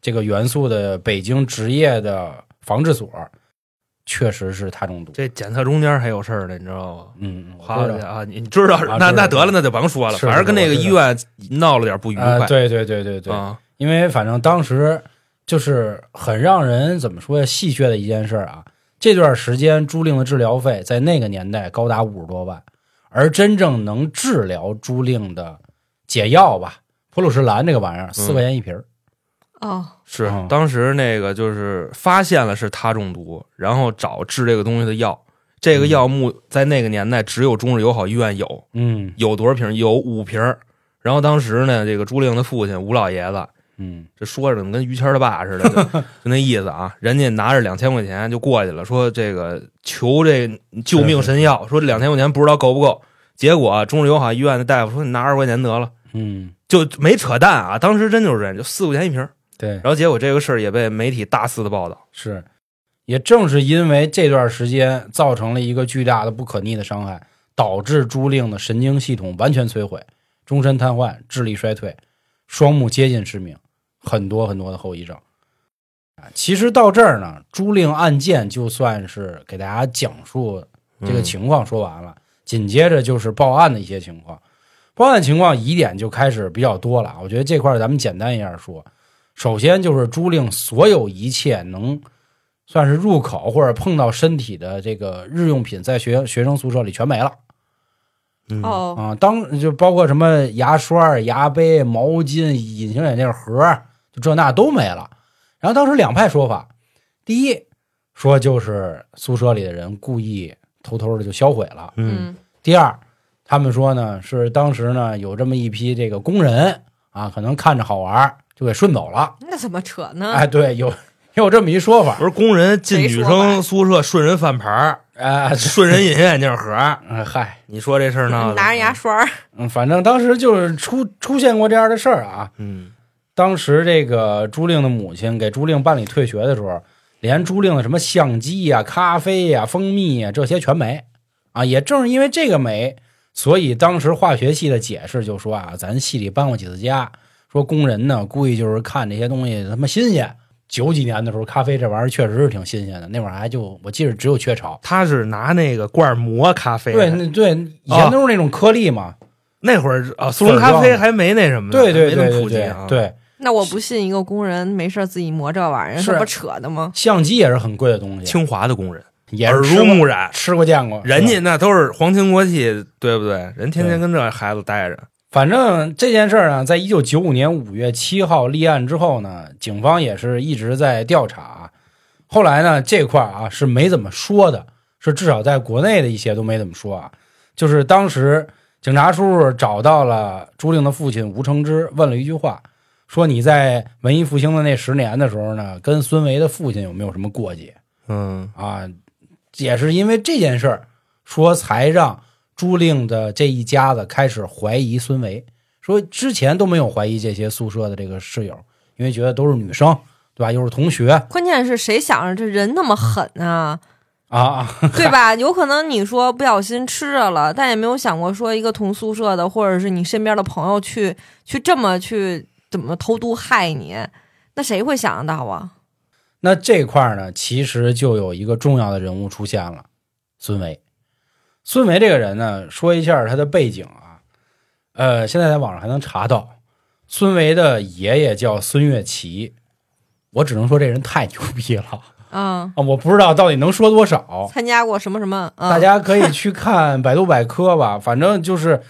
Speaker 3: 这个元素的北京职业的防治所，确实是他中毒。
Speaker 4: 这检测中间还有事儿呢，你知道吗？
Speaker 3: 嗯，我
Speaker 4: 花
Speaker 3: 知
Speaker 4: 了
Speaker 3: 道
Speaker 4: 去啊，你你知道
Speaker 3: 啊
Speaker 4: 那
Speaker 3: 知道
Speaker 4: 那得了，那就甭说了，
Speaker 3: 是
Speaker 4: 反正跟那个
Speaker 3: 是
Speaker 4: 医院闹了点不愉
Speaker 3: 啊、
Speaker 4: 快。
Speaker 3: 对对对对对，
Speaker 4: 啊，
Speaker 3: 因为反正当时就是很让人怎么说呀，戏谑的一件事儿啊。这段时间朱令的治疗费在那个年代高达五十多万，而真正能治疗朱令的解药吧，普鲁士蓝这个玩意儿四块钱一瓶儿，
Speaker 5: 哦，
Speaker 4: 是
Speaker 3: 嗯
Speaker 4: 当时那个就是发现了是他中毒，然后找治这个东西的药。这个
Speaker 3: 嗯
Speaker 4: 药物在那个年代只有中日友好医院有，
Speaker 3: 嗯
Speaker 4: 有多少瓶？有五瓶儿。然后当时呢，这个朱令的父亲吴老爷子，
Speaker 3: 嗯
Speaker 4: 这说着怎么跟于谦儿他爸似的，就 就那意思啊。人家拿着两千块钱就过去了，说这个求这救命神药，说这两千块钱不知道够不够。结果、啊中日友好医院的大夫说：“你拿二十块钱得了。
Speaker 3: 嗯，”
Speaker 4: 就没扯淡啊，当时真就是这样，就四块钱一瓶儿。
Speaker 3: 对，
Speaker 4: 然后结果这个事儿也被媒体大肆的报道。
Speaker 3: 是。也正是因为这段时间造成了一个巨大的不可逆的伤害，导致朱令的神经系统完全摧毁，终身瘫痪、智力衰退、双目接近失明，很多很多的后遗症。啊，其实到这儿呢，朱令案件就算是给大家讲述这个
Speaker 4: 嗯
Speaker 3: 情况说完了，紧接着就是报案的一些情况。报案情况疑点就开始比较多了啊，我觉得这块儿咱们简单一下说。首先就是朱令所有一切能算是入口或者碰到身体的这个日用品，在学学生宿舍里全没了
Speaker 5: 哦，
Speaker 3: 啊！当就包括什么牙刷、牙杯、毛巾、隐形眼镜盒，就这那都没了。然后当时两派说法，第一说就是宿舍里的人故意偷偷的就销毁了，
Speaker 5: 嗯
Speaker 3: 第二，他们说呢是当时呢有这么一批这个工人啊，可能看着好玩儿就给顺走了。
Speaker 5: 那怎么扯呢？
Speaker 3: 哎，对，有 有这么一说法
Speaker 4: 不，是工人进
Speaker 5: 谁
Speaker 4: 女
Speaker 5: 说
Speaker 4: 生宿舍顺人饭盘儿，
Speaker 3: 哎，
Speaker 4: 顺人隐形眼镜盒儿，
Speaker 3: 嗯嗨，
Speaker 4: 你说这事儿呢？
Speaker 5: 拿着牙，刷儿，
Speaker 3: 嗯，反正当时就是出出现过这样的事儿啊。
Speaker 4: 嗯，
Speaker 3: 当时这个朱令的母亲给朱令办理退学的时候，连朱令的什么相机呀、咖啡呀、蜂蜜呀这些全没啊。也正是因为这个没，所以当时化学系的解释就说啊，咱系里搬过几次家，说工人呢故意就是看这些东西他妈新鲜。九几年的时候，咖啡这玩意儿确实是挺新鲜的，那会儿还就我记得只有雀巢。
Speaker 4: 他是拿那个罐儿磨咖啡的，
Speaker 3: 对，那对，以前都是那种颗粒嘛。
Speaker 4: 那会儿啊，速溶咖啡还没那什么呢，
Speaker 3: 对对
Speaker 4: 啊
Speaker 3: 对
Speaker 4: 还没那么
Speaker 3: 对
Speaker 4: 普及
Speaker 3: 对
Speaker 4: 啊。，
Speaker 3: 对，
Speaker 5: 那我不信一个工人没事儿自己磨这玩意儿，
Speaker 3: 是
Speaker 5: 这不扯的吗？
Speaker 3: 相机也是很贵的东西，
Speaker 4: 清华的工人
Speaker 3: 也
Speaker 4: 耳
Speaker 3: 是吃
Speaker 4: 濡
Speaker 3: 过
Speaker 4: 目染，
Speaker 3: 吃过见过。
Speaker 4: 人
Speaker 3: 是
Speaker 4: 家
Speaker 3: 吧
Speaker 4: 那都是皇亲国戚，对不对？人天天
Speaker 3: 对
Speaker 4: 跟这孩子待着，
Speaker 3: 反正这件事儿呢，在一九九五年五月七号立案之后呢，警方也是一直在调查。啊后来呢，这块儿啊是没怎么说的，是至少在国内的一些都没怎么说啊。就是当时警察叔叔找到了朱令的父亲吴承之，问了一句话，说你在文艺复兴的那十年的时候呢，跟孙维的父亲有没有什么过节？
Speaker 4: 嗯，
Speaker 3: 啊，也是因为这件事儿，说才让朱令的这一家子开始怀疑孙维，说之前都没有怀疑这些宿舍的这个室友，因为觉得都是女生，对吧？又是同学
Speaker 5: 关键是谁想着这人那么狠啊，
Speaker 3: 啊啊，
Speaker 5: 对吧？有可能你说不小心吃着了，但也没有想过说一个同宿舍的，或者是你身边的朋友去去这么去怎么投毒害你，那谁会想得到啊？
Speaker 3: 那这块儿呢，其实就有一个重要的人物出现了，孙维。孙维这个人呢，说一下他的背景啊，呃，现在在网上还能查到，孙维的爷爷叫孙月琪，我只能说这人太牛逼了。
Speaker 5: 嗯，
Speaker 3: 啊，我不知道到底能说多少，
Speaker 5: 参加过什么什么？嗯、
Speaker 3: 大家可以去看百度百科吧。 反正就是，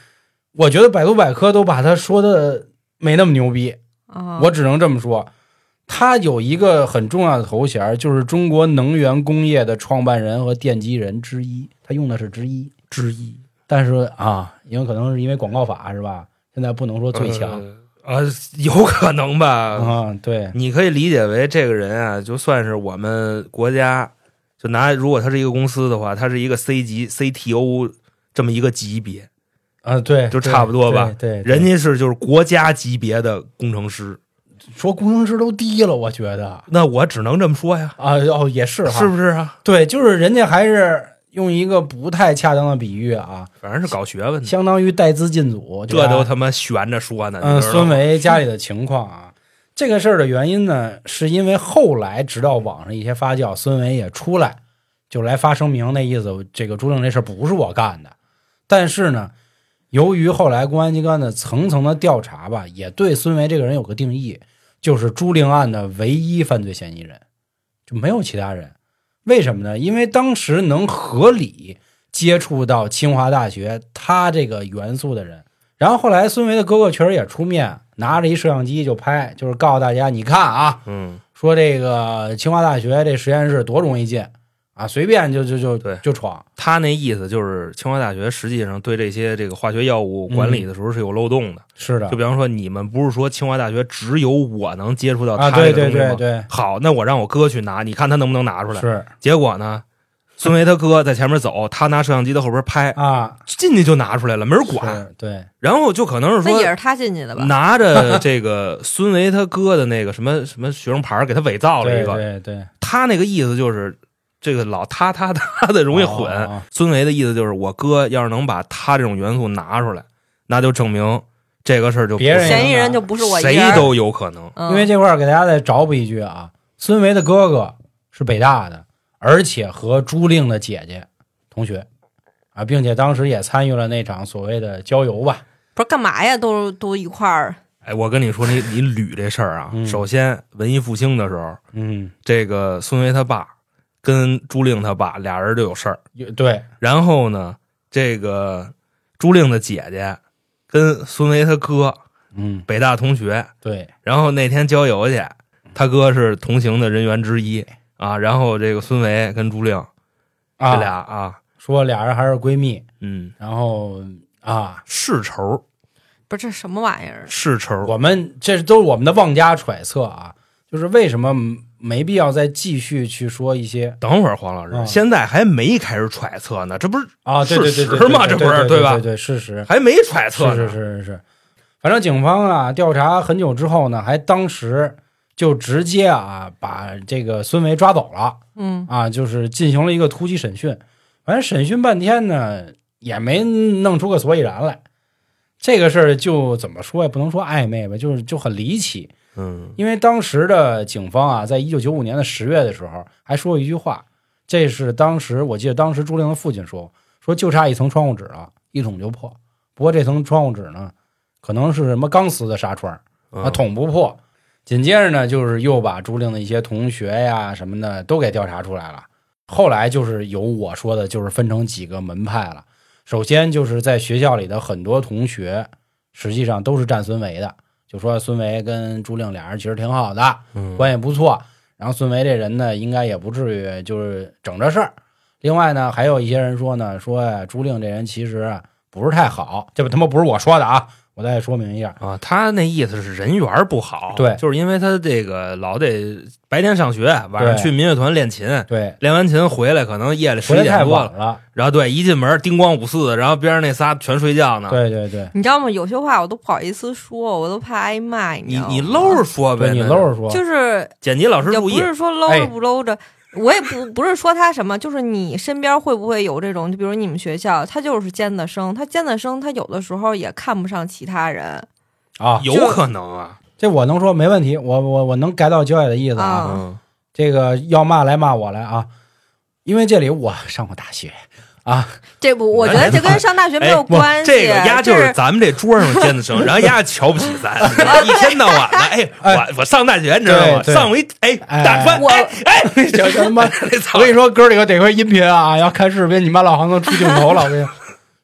Speaker 3: 我觉得百度百科都把他说的没那么牛逼，
Speaker 5: 啊，
Speaker 3: 我只能这么说。他有一个很重要的头衔，就是中国能源工业的创办人和奠基人之一。他用的是之一，
Speaker 4: 之一
Speaker 3: 但是啊，因为可能是因为广告法是吧？现在不能说最强
Speaker 4: 啊，有可能吧？
Speaker 3: 啊、对，
Speaker 4: 你可以理解为这个人啊，就算是我们国家，就拿如果他是一个公司的话，他是一个 C 级 CTO 这么一个级别，
Speaker 3: 啊，对，
Speaker 4: 就
Speaker 3: 对
Speaker 4: 差不多吧
Speaker 3: 对，对
Speaker 4: 人家是就是国家级别的工程师，
Speaker 3: 说工程师都低了，我觉得啊
Speaker 4: 那我只能这么说呀，
Speaker 3: 哦也是哈，
Speaker 4: 是不是啊？
Speaker 3: 对，就是人家还是用一个不太恰当的比喻啊，
Speaker 4: 反正是搞学问的，
Speaker 3: 相当于带资进组，就
Speaker 4: 这都
Speaker 3: 按
Speaker 4: 他妈悬着说呢。
Speaker 3: 嗯，
Speaker 4: 你知道
Speaker 3: 孙
Speaker 4: 吗？
Speaker 3: 维家里的情况啊，这个事儿的原因呢，是因为后来直到网上一些发酵，孙维也出来就来发声明，那意思这个朱令这事儿不是我干的。但是呢，由于后来公安机关的层层的调查吧，也对孙维这个人有个定义，就是朱令案的唯一犯罪嫌疑人，就没有其他人。为什么呢？因为当时能合理接触到清华大学他这个元素的人。然后后来孙维的哥哥确实也出面，拿着一摄像机就拍，就是告诉大家，你看啊，
Speaker 4: 嗯，
Speaker 3: 说这个清华大学这实验室多容易进啊，随便就就就
Speaker 4: 对
Speaker 3: 就闯。
Speaker 4: 他那意思就是清华大学实际上对这些这个化学药物管理的时候是有漏洞的。
Speaker 3: 嗯是的
Speaker 4: 就比方说，你们不是说清华大学只有我能接触到
Speaker 3: 啊，
Speaker 4: 他
Speaker 3: 对
Speaker 4: 这
Speaker 3: 对
Speaker 4: 个东西吗？
Speaker 3: 对对，
Speaker 4: 好，那我让我哥去拿，你看他能不能拿出来？
Speaker 3: 是
Speaker 4: 结果呢，孙维他哥在前面走，他拿摄像机在后边拍，
Speaker 3: 啊，
Speaker 4: 进去就拿出来了，没人管。
Speaker 3: 是对
Speaker 4: 然后就可能是
Speaker 5: 那也
Speaker 4: 说
Speaker 5: 是他进去的吧？
Speaker 4: 拿着这个孙维他哥的那个什么什么学生牌儿给他伪造了一
Speaker 3: 对
Speaker 4: 个，
Speaker 3: 对对，
Speaker 4: 他那个意思就是。这个老他他他的容易混，
Speaker 3: 哦哦哦
Speaker 4: 孙维的意思就是，我哥要是能把他这种元素拿出来，那就证明这个事儿就不
Speaker 3: 别人
Speaker 4: 是
Speaker 3: 也
Speaker 5: 嫌疑人就不是我一
Speaker 4: 谁
Speaker 5: 人，
Speaker 4: 都有可能。
Speaker 5: 嗯
Speaker 3: 因为这块儿给大家再找补一句啊，孙维的哥哥是北大的，而且和朱令的姐姐同学啊，并且当时也参与了那场所谓的郊游吧。
Speaker 5: 不是干嘛呀？都都一块儿，
Speaker 4: 哎，我跟你说，你你捋这事儿啊，
Speaker 3: 嗯
Speaker 4: 首先文艺复兴的时候，
Speaker 3: 嗯，
Speaker 4: 这个孙维他爸跟朱令他爸俩人就有事儿。
Speaker 3: 有对，
Speaker 4: 然后呢，这个朱令的姐姐跟孙维他哥
Speaker 3: 嗯
Speaker 4: 北大同学，
Speaker 3: 对，
Speaker 4: 然后那天郊游去，他哥是同行的人员之一啊。然后这个孙维跟朱令
Speaker 3: 啊，
Speaker 4: 这俩啊，
Speaker 3: 说俩人还是闺蜜，
Speaker 4: 嗯，
Speaker 3: 然后啊，
Speaker 4: 世仇
Speaker 5: 不是这什么玩意儿？
Speaker 4: 世仇，
Speaker 3: 我们这都是我们的妄加揣测啊，就是为什么没必要再继续去说一些
Speaker 4: 等会儿黄老师，
Speaker 3: 啊
Speaker 4: 现在还没开始揣测呢，这不是
Speaker 3: 啊，对对对对
Speaker 4: 事实嘛
Speaker 3: 对
Speaker 4: 这不是
Speaker 3: 对
Speaker 4: 对吧
Speaker 3: 对对，事实
Speaker 4: 还没揣测
Speaker 3: 是是
Speaker 4: 呢？
Speaker 3: 是是是，反正警方啊调查很久之后呢，还当时就直接啊把这个孙维抓走了。
Speaker 5: 嗯，
Speaker 3: 啊，就是进行了一个突击审讯。反正审讯半天呢，也没弄出个所以然来。这个事儿就怎么说也不能说暧昧吧，就是就很离奇。
Speaker 4: 嗯，
Speaker 3: 因为当时的警方啊，在一九九五年的十月的时候，还说过一句话，这是当时我记得当时朱令的父亲说，说就差一层窗户纸了，一捅就破。不过这层窗户纸呢，可能是什么钢丝的纱窗，啊，
Speaker 4: 嗯
Speaker 3: 捅不破。紧接着呢，就是又把朱令的一些同学呀什么的都给调查出来了。后来就是有我说的，就是分成几个门派了。首先就是在学校里的很多同学，实际上都是站孙维的，就说孙维跟朱令俩人其实挺好的，
Speaker 4: 嗯
Speaker 3: 关系不错。然后孙维这人呢，应该也不至于就是整这事儿。另外呢，还有一些人说呢，说呀朱令这人其实啊不是太好，这不他妈不是我说的啊，我再说明一下。
Speaker 4: 啊，他那意思是人缘儿不好，
Speaker 3: 对
Speaker 4: 就是因为他这个老得白天上学，晚上
Speaker 3: 对
Speaker 4: 去民乐团练琴，
Speaker 3: 对，
Speaker 4: 练完琴回来可能夜里十
Speaker 3: 回
Speaker 4: 一
Speaker 3: 来
Speaker 4: 点
Speaker 3: 太
Speaker 4: 多
Speaker 3: 晚
Speaker 4: 了，
Speaker 3: 了。
Speaker 4: 然后对一进门叮咣五四，然后边上那仨全睡觉呢。
Speaker 3: 对对对，
Speaker 5: 你知道吗？有些话我都不好意思说，我都怕挨骂。你
Speaker 4: 你
Speaker 5: 知道
Speaker 4: 你
Speaker 5: 吗
Speaker 4: 搂着说呗，
Speaker 3: 对你
Speaker 4: 那
Speaker 3: 搂着说，
Speaker 5: 就是
Speaker 4: 剪辑老师
Speaker 5: 也
Speaker 4: 注
Speaker 5: 不
Speaker 4: 意，
Speaker 5: 是说搂
Speaker 3: 哎
Speaker 5: 着不搂着，我也不不是说他什么，就是你身边会不会有这种，就比如你们学校，他就是尖子生，他尖子生，他有的时候也看不上其他人
Speaker 3: 啊，
Speaker 4: 有可能啊，
Speaker 3: 这我能说没问题，我我我能 get 到焦野的意思啊。
Speaker 5: 啊。
Speaker 4: 嗯，
Speaker 3: 这个要骂来骂我来啊，因为这里我上过大学啊，
Speaker 5: 这不，我觉得这跟上大学没有
Speaker 4: 不
Speaker 5: 关系，
Speaker 4: 这个丫就
Speaker 5: 这
Speaker 4: 是咱们这桌上尖子生，然后丫瞧不起咱，一天到晚的，哎，
Speaker 3: 哎
Speaker 4: 我我上大学你知道
Speaker 3: 对
Speaker 4: 吗？
Speaker 3: 对
Speaker 4: 上回哎
Speaker 3: 哎
Speaker 4: 打穿，
Speaker 5: 我
Speaker 4: 哎哎，
Speaker 3: 这他 妈，我跟你说，哥几个得亏音频啊，要看视频，你妈老黄能出镜头了，我跟你说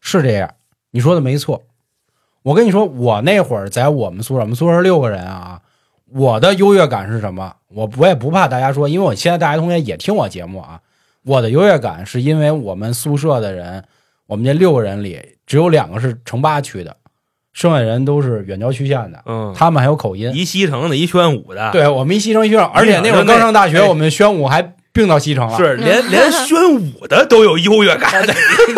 Speaker 3: 是这样，你说的没错。我跟你说，我那会儿在我们宿舍，我们宿舍六个人啊，我的优越感是什么？我我也不怕大家说，因为我现在大学同学也听我节目啊。我的优越感是因为我们宿舍的人，我们这六个人里只有两个是城八区的，剩下人都是远郊区县的，
Speaker 4: 嗯，
Speaker 3: 他们还有口音。
Speaker 4: 一西城的，一宣武的，
Speaker 5: 啊
Speaker 3: 对我们一西城一宣武，而且那会儿刚上大学，
Speaker 4: 哎
Speaker 3: 我们宣武还并到西城了。
Speaker 4: 是连连宣武的都有优越感，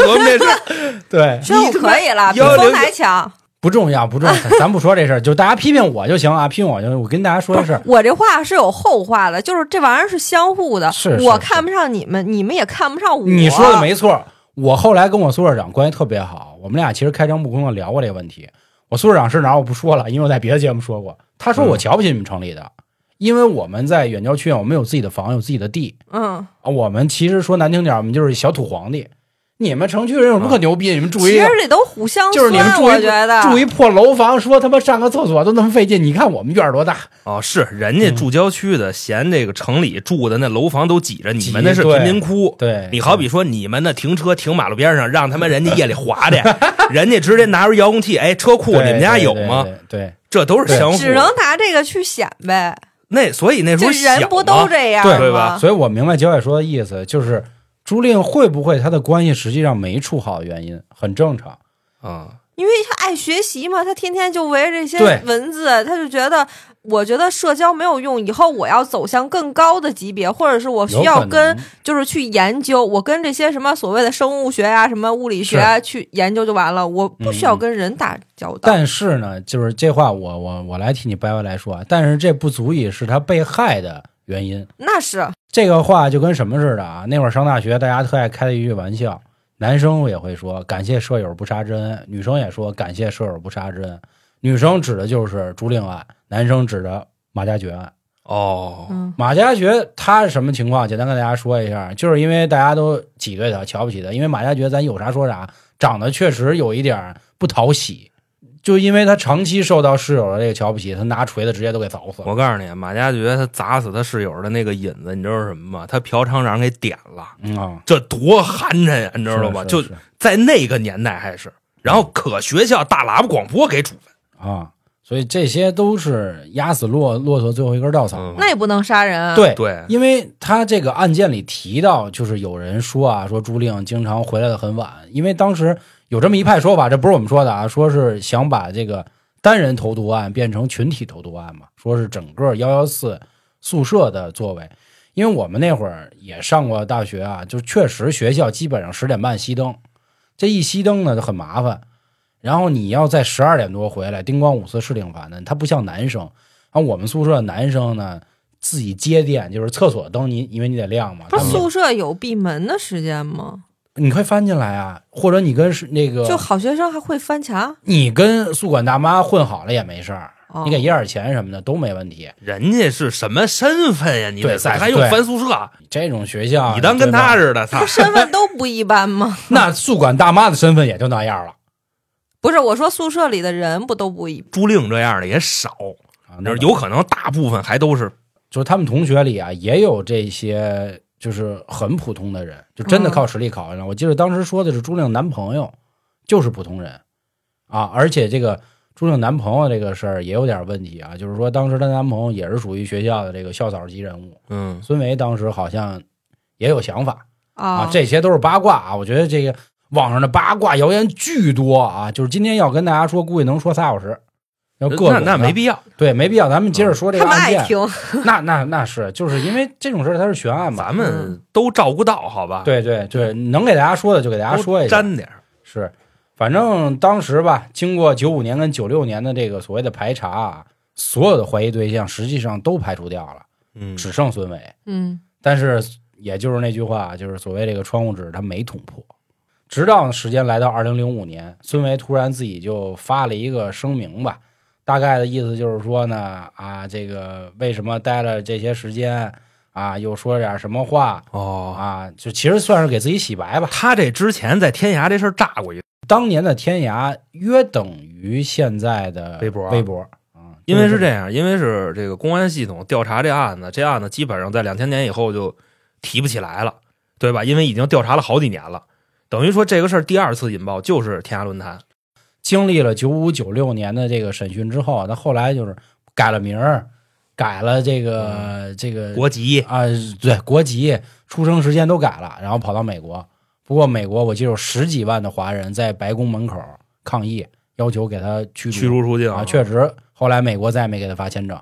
Speaker 4: 我们这是
Speaker 3: 对，
Speaker 5: 这我可以了，比
Speaker 4: 幺零
Speaker 5: 风还强。
Speaker 3: 不重要，不重要，咱不说这事儿，就大家批评我就行啊，批评我就行我跟大家说的是，
Speaker 5: 我这话是有后话的，就是这玩意儿是相互的，
Speaker 3: 是是
Speaker 5: 我
Speaker 3: 是
Speaker 5: 看不上你们，你们也看不上我。
Speaker 3: 你说的没错。我后来跟我苏社长关系特别好，我们俩其实开诚布公的聊过这个问题。我苏社长是哪儿我不说了，因为我在别的节目说过。他说
Speaker 5: 嗯
Speaker 3: 我瞧不起你们城里的，因为我们在远郊区，啊我们有自己的房，有自己的地，
Speaker 5: 嗯，
Speaker 3: 啊，我们其实说难听点儿，我们就是小土皇帝。你们城区人有什么可牛逼？你们住一
Speaker 5: 啊其
Speaker 3: 个
Speaker 5: 实这都互相
Speaker 3: 就是你们
Speaker 5: 酸
Speaker 3: 住一
Speaker 5: 我觉得
Speaker 3: 住一破楼房，说他妈上个厕所都那么费劲。你看我们院儿多大，
Speaker 4: 哦，是人家住郊区的嫌这个城里住的那楼房都挤着，你
Speaker 3: 挤
Speaker 4: 们那是
Speaker 3: 对
Speaker 4: 贫民窟。
Speaker 3: 对
Speaker 4: 你好比说你们那停车停马路边上，让他们人家夜里滑去，人家直接拿出遥控器，哎，车库
Speaker 3: 对
Speaker 4: 你们家有吗？？
Speaker 3: 对对
Speaker 4: 这都是
Speaker 3: 对
Speaker 4: 相互。
Speaker 5: 只能拿这个去显呗。
Speaker 4: 那所以那时
Speaker 5: 这
Speaker 4: 候
Speaker 5: 人
Speaker 4: 小
Speaker 5: 不
Speaker 4: 嘛
Speaker 5: 都这样
Speaker 4: 对
Speaker 5: 吗？
Speaker 3: 对，
Speaker 4: 吧
Speaker 3: 所以我明白焦姐说的意思，就是朱令会不会他的关系实际上没处好的原因，很正常。
Speaker 4: 啊？
Speaker 5: 因为他爱学习嘛，他天天就围着这些
Speaker 3: 对
Speaker 5: 文字，他就觉得，我觉得社交没有用，以后我要走向更高的级别，或者是我需
Speaker 3: 有可
Speaker 5: 要
Speaker 3: 能
Speaker 5: 跟，就是去研究，我跟这些什么所谓的生物学啊、什么物理学啊去研究就完了，我不需要跟人打交道。
Speaker 3: 嗯但是呢，就是这话我我我来替你掰回来说啊，但是这不足以是他被害的原因。
Speaker 5: 那是
Speaker 3: 这个话就跟什么似的啊？那会儿上大学，大家特爱开的一句玩笑，男生也会说“感谢舍友不杀之恩”，女生也说“感谢舍友不杀之恩”。女生指的就是朱令案，男生指的马加爵案。
Speaker 4: 哦，
Speaker 3: 马加爵他是什么情况？简单跟大家说一下，就是因为大家都挤兑他、瞧不起他，因为马加爵咱有啥说啥，长得确实有一点儿不讨喜，就因为他长期受到室友的这个瞧不起，他拿锤子直接都给凿死了。
Speaker 4: 我告诉你，马加爵他砸死他室友的那个引子，你知道是什么吗？他嫖娼让人给点了，
Speaker 3: 嗯啊，
Speaker 4: 这多寒碜呀，你知道吗？
Speaker 3: 是
Speaker 4: 就是
Speaker 3: 是
Speaker 4: 在那个年代还是，然
Speaker 3: 嗯
Speaker 4: 后可学校大喇叭广播给处分。
Speaker 3: 啊，所以这些都是压死骆骆驼最后一根稻草。
Speaker 4: 嗯
Speaker 5: 那也不能杀人啊。，
Speaker 3: 对，
Speaker 4: 对，
Speaker 3: 因为他这个案件里提到，就是有人说啊，说朱令经常回来的很晚，因为当时有这么一派说法，这不是我们说的啊，说是想把这个单人投毒案变成群体投毒案嘛，说是整个幺幺四宿舍的作为。因为我们那会儿也上过大学啊，就确实学校基本上十点半熄灯，这一熄灯呢就很麻烦，然后你要在十二点多回来，叮咣五四是挺烦的。它不像男生，啊，我们宿舍男生呢自己接电，就是厕所灯你因为你得亮嘛，
Speaker 5: 不是
Speaker 3: 他们
Speaker 5: 宿舍有闭门的时间吗？
Speaker 3: 你快翻进来啊，或者你跟是那个
Speaker 5: 就好学生还会翻墙。
Speaker 3: 你跟宿管大妈混好了也没事儿，
Speaker 5: 哦
Speaker 3: 你给爷点钱什么的都没问题。
Speaker 4: 人家是什么身份呀？你
Speaker 3: 对
Speaker 4: 得
Speaker 3: 在
Speaker 4: 还用
Speaker 3: 对啊
Speaker 4: 翻宿舍？
Speaker 3: 这种学校
Speaker 4: 你当跟他
Speaker 3: 对吧
Speaker 4: 似的，操
Speaker 5: 他！身份都不一般吗？
Speaker 3: 那宿管大妈的身份也就那样了
Speaker 5: 不是，我说宿舍里的人不都不一
Speaker 4: 朱令这样的也少，
Speaker 3: 啊，
Speaker 4: 你
Speaker 3: 那
Speaker 4: 知道有可能大部分还都是
Speaker 3: 就是他们同学里啊，也有这些就是很普通的人，就真
Speaker 5: 嗯
Speaker 3: 的靠实力考上了。我记得当时说的是朱令男朋友就是普通人啊，而且这个朱令男朋友这个事儿也有点问题啊，就是说当时她男朋友也是属于学校的这个校草级人物，
Speaker 4: 嗯
Speaker 3: 孙维当时好像也有想法啊
Speaker 5: 啊，
Speaker 3: 这些都是八卦啊，我觉得这个网上的八卦谣言巨多啊，就是今天要跟大家说，估计能说仨小时。要各种
Speaker 4: 呃那那
Speaker 3: 的
Speaker 4: 没必要，
Speaker 3: 对，没必要。咱们接着说这
Speaker 5: 他
Speaker 3: 个
Speaker 5: 们
Speaker 3: 案
Speaker 5: 爱
Speaker 3: 件。
Speaker 5: 听。
Speaker 3: 那那那是，就是因为这种事儿它是悬案嘛。嗯
Speaker 4: 咱们都照顾到，好吧？，
Speaker 3: 对对对，能给大家说的就给大家说一下。
Speaker 4: 沾点儿
Speaker 3: 是，反正当时吧，经过九五年跟九六年的这个所谓的排查啊，所有的怀疑对象实际上都排除掉了，
Speaker 4: 嗯
Speaker 3: 只剩孙伟。
Speaker 5: 嗯，
Speaker 3: 但是也就是那句话，就是所谓这个窗户纸它没捅破。直到时间来到二零零五年，孙维突然自己就发了一个声明吧，大概的意思就是说呢，啊，这个为什么待了这些时间啊，又说点什么话
Speaker 4: 哦。
Speaker 3: 啊，就其实算是给自己洗白吧。
Speaker 4: 他这之前在天涯这事儿炸过一次，
Speaker 3: 当年的天涯约等于现在的
Speaker 4: 微博
Speaker 3: 微博啊，
Speaker 4: 因为是这
Speaker 3: 样，
Speaker 4: 样，因为是这个公安系统调查这案子，这案子基本上在两千年以后就提不起来了，对吧？因为已经调查了好几年了，等于说这个事儿第二次引爆就是天涯论坛，
Speaker 3: 经历了九五九六年的这个审讯之后，他后来就是改了名儿，改了这个、这个
Speaker 4: 嗯国籍
Speaker 3: 啊、对，国籍、出生时间都改了，然后跑到美国。不过美国我记得有十几万的华人在白宫门口抗议，要求给他驱逐啊
Speaker 4: 驱逐出境啊
Speaker 3: 啊，确实后来美国再也没给他发签证。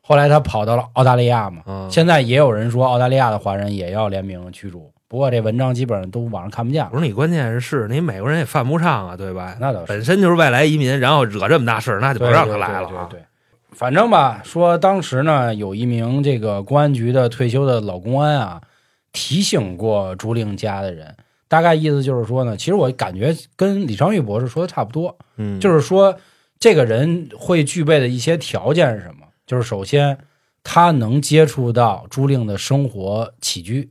Speaker 3: 后来他跑到了澳大利亚嘛，
Speaker 4: 嗯
Speaker 3: 现在也有人说澳大利亚的华人也要联名驱逐，不过这文章基本上都网上看不见了。
Speaker 4: 不是你，关键是是你美国人也犯不上啊，对吧？
Speaker 3: 那倒是，
Speaker 4: 本身就是外来移民，然后惹这么大事儿，那就不让他来了
Speaker 3: 对
Speaker 4: 啊。
Speaker 3: 对对对对反正吧，说当时呢，有一名这个公安局的退休的老公安啊，提醒过朱令家的人，大概意思就是说呢，其实我感觉跟李昌钰博士说的差不多，
Speaker 4: 嗯，
Speaker 3: 就是说这个人会具备的一些条件是什么？就是首先他能接触到朱令的生活起居，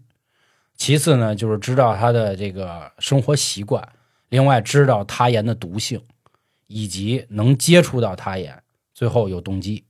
Speaker 3: 其次呢就是知道他的这个生活习惯，另外知道他盐的毒性，以及能接触到他盐，最后有动机。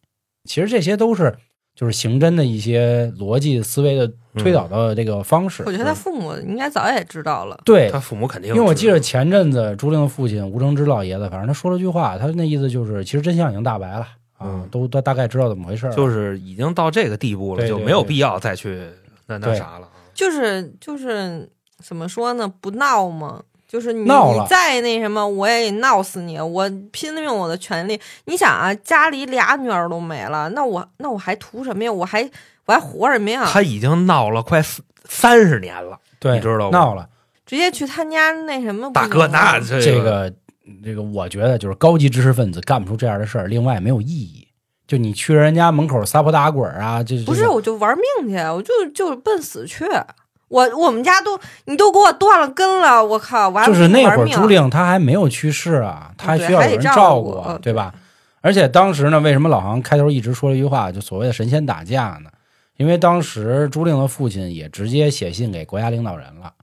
Speaker 3: 其实这些都是就是刑侦的一些逻辑思维的推
Speaker 4: 嗯
Speaker 3: 导的这个方式。
Speaker 5: 我觉得他父母应该早也知道了，
Speaker 3: 对
Speaker 4: 他父母肯定
Speaker 3: 因
Speaker 4: 知
Speaker 3: 为
Speaker 4: 道，
Speaker 3: 我记得前阵子朱令的父亲吴承之老爷子，反正他说了句话，他那意思就是，其实真相已经大白了啊
Speaker 4: 嗯，
Speaker 3: 都都大概知道怎么回事了。
Speaker 4: 就是已经到这个地步了，
Speaker 3: 对对
Speaker 4: 就没有必要再去那那
Speaker 3: 对
Speaker 4: 啥了啊。
Speaker 5: 就是就是怎么说呢，不闹嘛。就是你
Speaker 3: 闹了
Speaker 5: 你再那什么，我也得闹死你！我拼命我的全力。你想啊，家里俩女儿都没了，那我那我还图什么呀？我还我还活什么呀？
Speaker 4: 他已经闹了快三十年了，
Speaker 3: 对，
Speaker 4: 你知道吗
Speaker 3: 闹了
Speaker 5: 直接去他家那什么不
Speaker 4: 大
Speaker 5: 行吗？
Speaker 4: 哥，那这
Speaker 3: 这个这个，我觉得就是高级知识分子干不出这样的事儿，另外也没有意义。就你去人家门口撒泼打滚儿啊，这
Speaker 5: 不
Speaker 3: 这
Speaker 5: 是，
Speaker 3: 个
Speaker 5: 我就玩命去，我就就奔死去。我我们家都你都给我断了根了，我靠！我还
Speaker 3: 就是那
Speaker 5: 玩
Speaker 3: 会儿
Speaker 5: 命啊哦
Speaker 3: 朱令他还没有去世啊，他还
Speaker 5: 对
Speaker 3: 需要
Speaker 5: 还
Speaker 3: 有
Speaker 5: 得
Speaker 3: 人
Speaker 5: 照
Speaker 3: 照
Speaker 5: 顾
Speaker 3: 顾啊，
Speaker 5: 嗯
Speaker 3: 对吧？而且当时呢，为什么老航开头一直说了一句话，就所谓的神仙打架呢？因为当时朱令的父亲也直接写信给国家领导人了。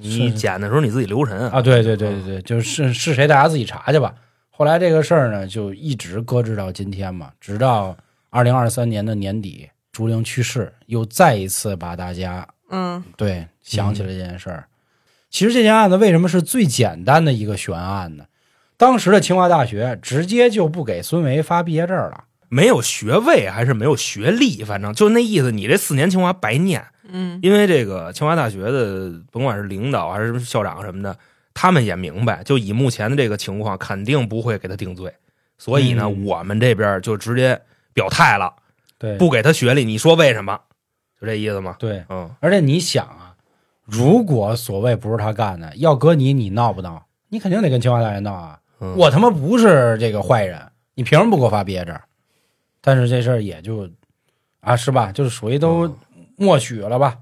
Speaker 4: 你
Speaker 3: 是
Speaker 4: 捡的时候你自己留神
Speaker 3: 啊，对对对对对，就是是谁，大家自己查去吧。后来这个事儿呢，就一直搁置到今天嘛，直到二零二三年的年底，朱玲去世，又再一次把大家
Speaker 5: 嗯，
Speaker 3: 对想起了这件事儿。其实这件案子为什么是最简单的一个悬案呢？当时的清华大学直接就不给孙维发毕业证了。
Speaker 4: 没有学位还是没有学历，反正就那意思，你这四年清华白念。
Speaker 5: 嗯，
Speaker 4: 因为这个清华大学的，甭管是领导还是校长什么的，他们也明白，就以目前的这个情况，肯定不会给他定罪。所以呢，
Speaker 3: 嗯
Speaker 4: 我们这边就直接表态了，
Speaker 3: 对
Speaker 4: 不给他学历。你说为什么？就这意思吗？
Speaker 3: 对，
Speaker 4: 嗯，
Speaker 3: 而且你想啊，如果所谓不是他干的，要搁你，你闹不闹？你肯定得跟清华大学闹啊！
Speaker 4: 嗯
Speaker 3: 我他妈不是这个坏人，你凭什么不给我发毕业证？但是这事儿也就啊，是吧？就是属于都
Speaker 4: 嗯
Speaker 3: 默许了吧。